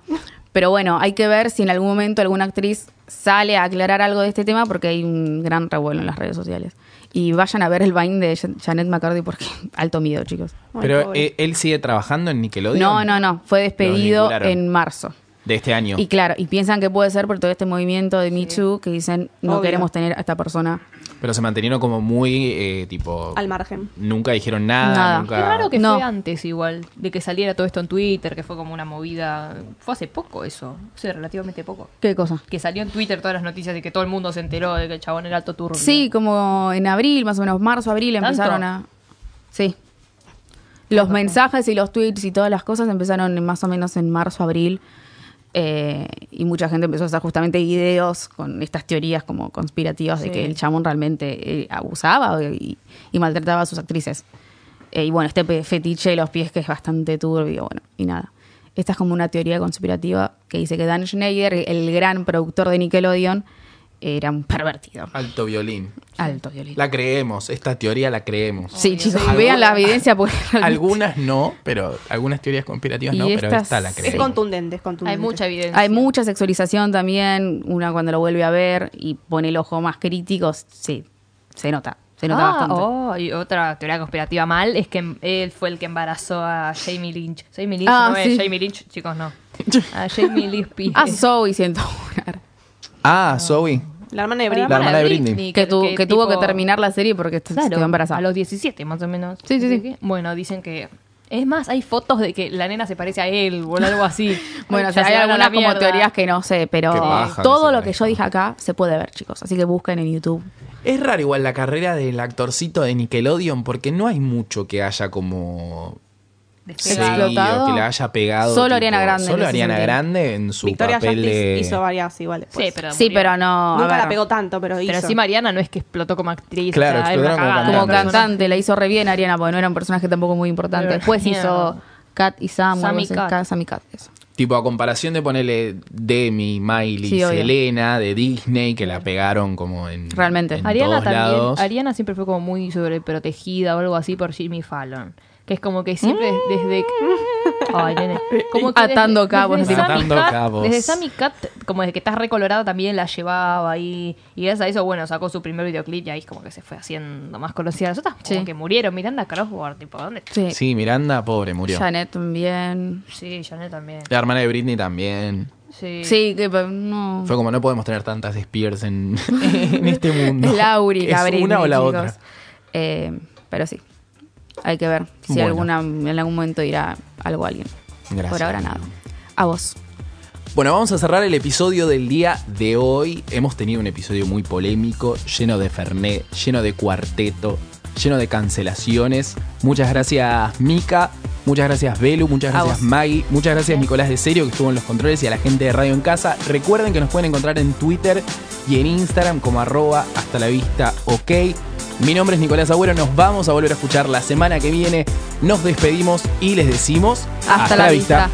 Pero bueno, hay que ver si en algún momento alguna actriz sale a aclarar algo de este tema porque hay un gran revuelo en las redes sociales. Y vayan a ver el Vine de Jan- Janet McCarthy porque alto miedo, chicos. Ay, Pero pobre. eh, él sigue trabajando en Nickelodeon. No, no, no. Fue Lo despedido vincularon. en marzo. De este año. Y claro, y piensan que puede ser por todo este movimiento de Me Too que dicen no Obvio. queremos tener a esta persona. Pero se mantuvieron como muy, eh, tipo... Al margen. Nunca dijeron nada, Nada. nunca... Qué raro que No. fue antes igual, de que saliera todo esto en Twitter, que fue como una movida. Fue hace poco eso, sí, relativamente poco. ¿Qué cosa? Que salió en Twitter todas las noticias de que todo el mundo se enteró de que el chabón era alto turno. Sí, como en abril, más o menos, marzo, abril ¿Tanto? empezaron a. Sí. Los mensajes y los tweets y todas las cosas empezaron en- más o menos en marzo, abril. Eh, y mucha gente empezó a hacer justamente videos con estas teorías como conspirativas de que el chamón realmente eh, abusaba y, y maltrataba a sus actrices. Eh, y bueno, este pe- fetiche de los pies que es bastante turbio, bueno, y nada. Esta es como una teoría conspirativa que dice que Dan Schneider, el gran productor de Nickelodeon, era un pervertido. Alto violín. Alto violín. La creemos, esta teoría la creemos. sí, chicos, vean la evidencia porque Algunas no, pero algunas teorías conspirativas Y no, pero estas- esta la sí. Es creemos. contundente, es contundente. Hay mucha evidencia. hay mucha sexualización también. Una cuando lo vuelve a ver y pone el ojo más crítico, sí, se nota, se nota Ah, bastante. oh, y otra teoría conspirativa mal es que él fue el que embarazó a Jamie Lynch. Jamie Lynch Ah, no es sí. Jamie Lynch, chicos, no. A Jamie Lynch. Ah, Zoe 101. Ah, Zoe. La hermana de Britney. La hermana de Britney. Que, tu- que tuvo que terminar la serie porque est- Claro, quedó embarazada. A los 17 más o menos. Sí, sí, Así sí. que, Bueno, dicen que... Es más, hay fotos de que la nena se parece a él o algo así. Bueno, Ya o sea, se hay van a la algunas como mierda. teorías que no sé, pero Qué paja, todo no sé, lo que yo no. dije acá se puede ver, chicos. Así que busquen en YouTube. Es raro igual la carrera del actorcito de Nickelodeon porque no hay mucho que haya como Despegado. Explotado. seguido, que la haya pegado. Solo Ariana Grande en Solo ese Ariana sentido. Grande en su Victoria papel Justice de hizo varias igual después. Sí, pero sí, murió. pero no. a Nunca ver, la pegó tanto, pero hizo. Pero sí, Mariana no es que explotó como actriz. Claro, o sea, era explotaron una como cagada. Como Grande. cantante, la hizo re bien Ariana, porque no era un personaje tampoco muy importante. Pero Después mierda. hizo Kat y Sam, o algo Sammy así, Cat. Kat, Sammy Cat, eso. Tipo, a comparación de ponerle Demi, Miley, Sí, obvio. Selena, de Disney, que la pegaron como en. Realmente. en Ariana todos también. lados. Ariana siempre fue como muy sobreprotegida o algo así por Jimmy Fallon. Que es como que siempre desde. Ay, nene. Como Atando cabos, Desde no te Sammy imaginas. Cat- Atando Desde cabos. Sammy Cat, como desde que estás recolorada, también la llevaba ahí. Y gracias a eso, bueno, sacó su primer videoclip y ahí es como que se fue haciendo más conocida. Las otras como Sí. que murieron. Miranda Crossword, tipo, ¿dónde? Sí. Sí, Miranda, pobre, murió. Janet también. Sí, Janet también. La hermana de Britney también. Sí. Sí, que pero no. Fue como, no podemos tener tantas Spears en, en este mundo. Es Lauri, Es la Britney, una o la chicos. otra. Eh, pero sí. Hay que ver si Bueno. alguna en algún momento irá algo a alguien. Gracias. Por ahora nada. A vos. Bueno, vamos a cerrar el episodio del día de hoy. Hemos tenido un episodio muy polémico, lleno de Fernet, lleno de cuarteto, lleno de cancelaciones. Muchas gracias, Mika. Muchas gracias, Belu. Muchas A gracias, vos. Maggie. Muchas gracias, Nicolás de Serio, que estuvo en los controles, y a la gente de Radio en Casa. Recuerden que nos pueden encontrar en Twitter y en Instagram como arroba hasta la vista, ok. Mi nombre es Nicolás Agüero. Nos vamos a volver a escuchar la semana que viene. Nos despedimos y les decimos Hasta, la vista.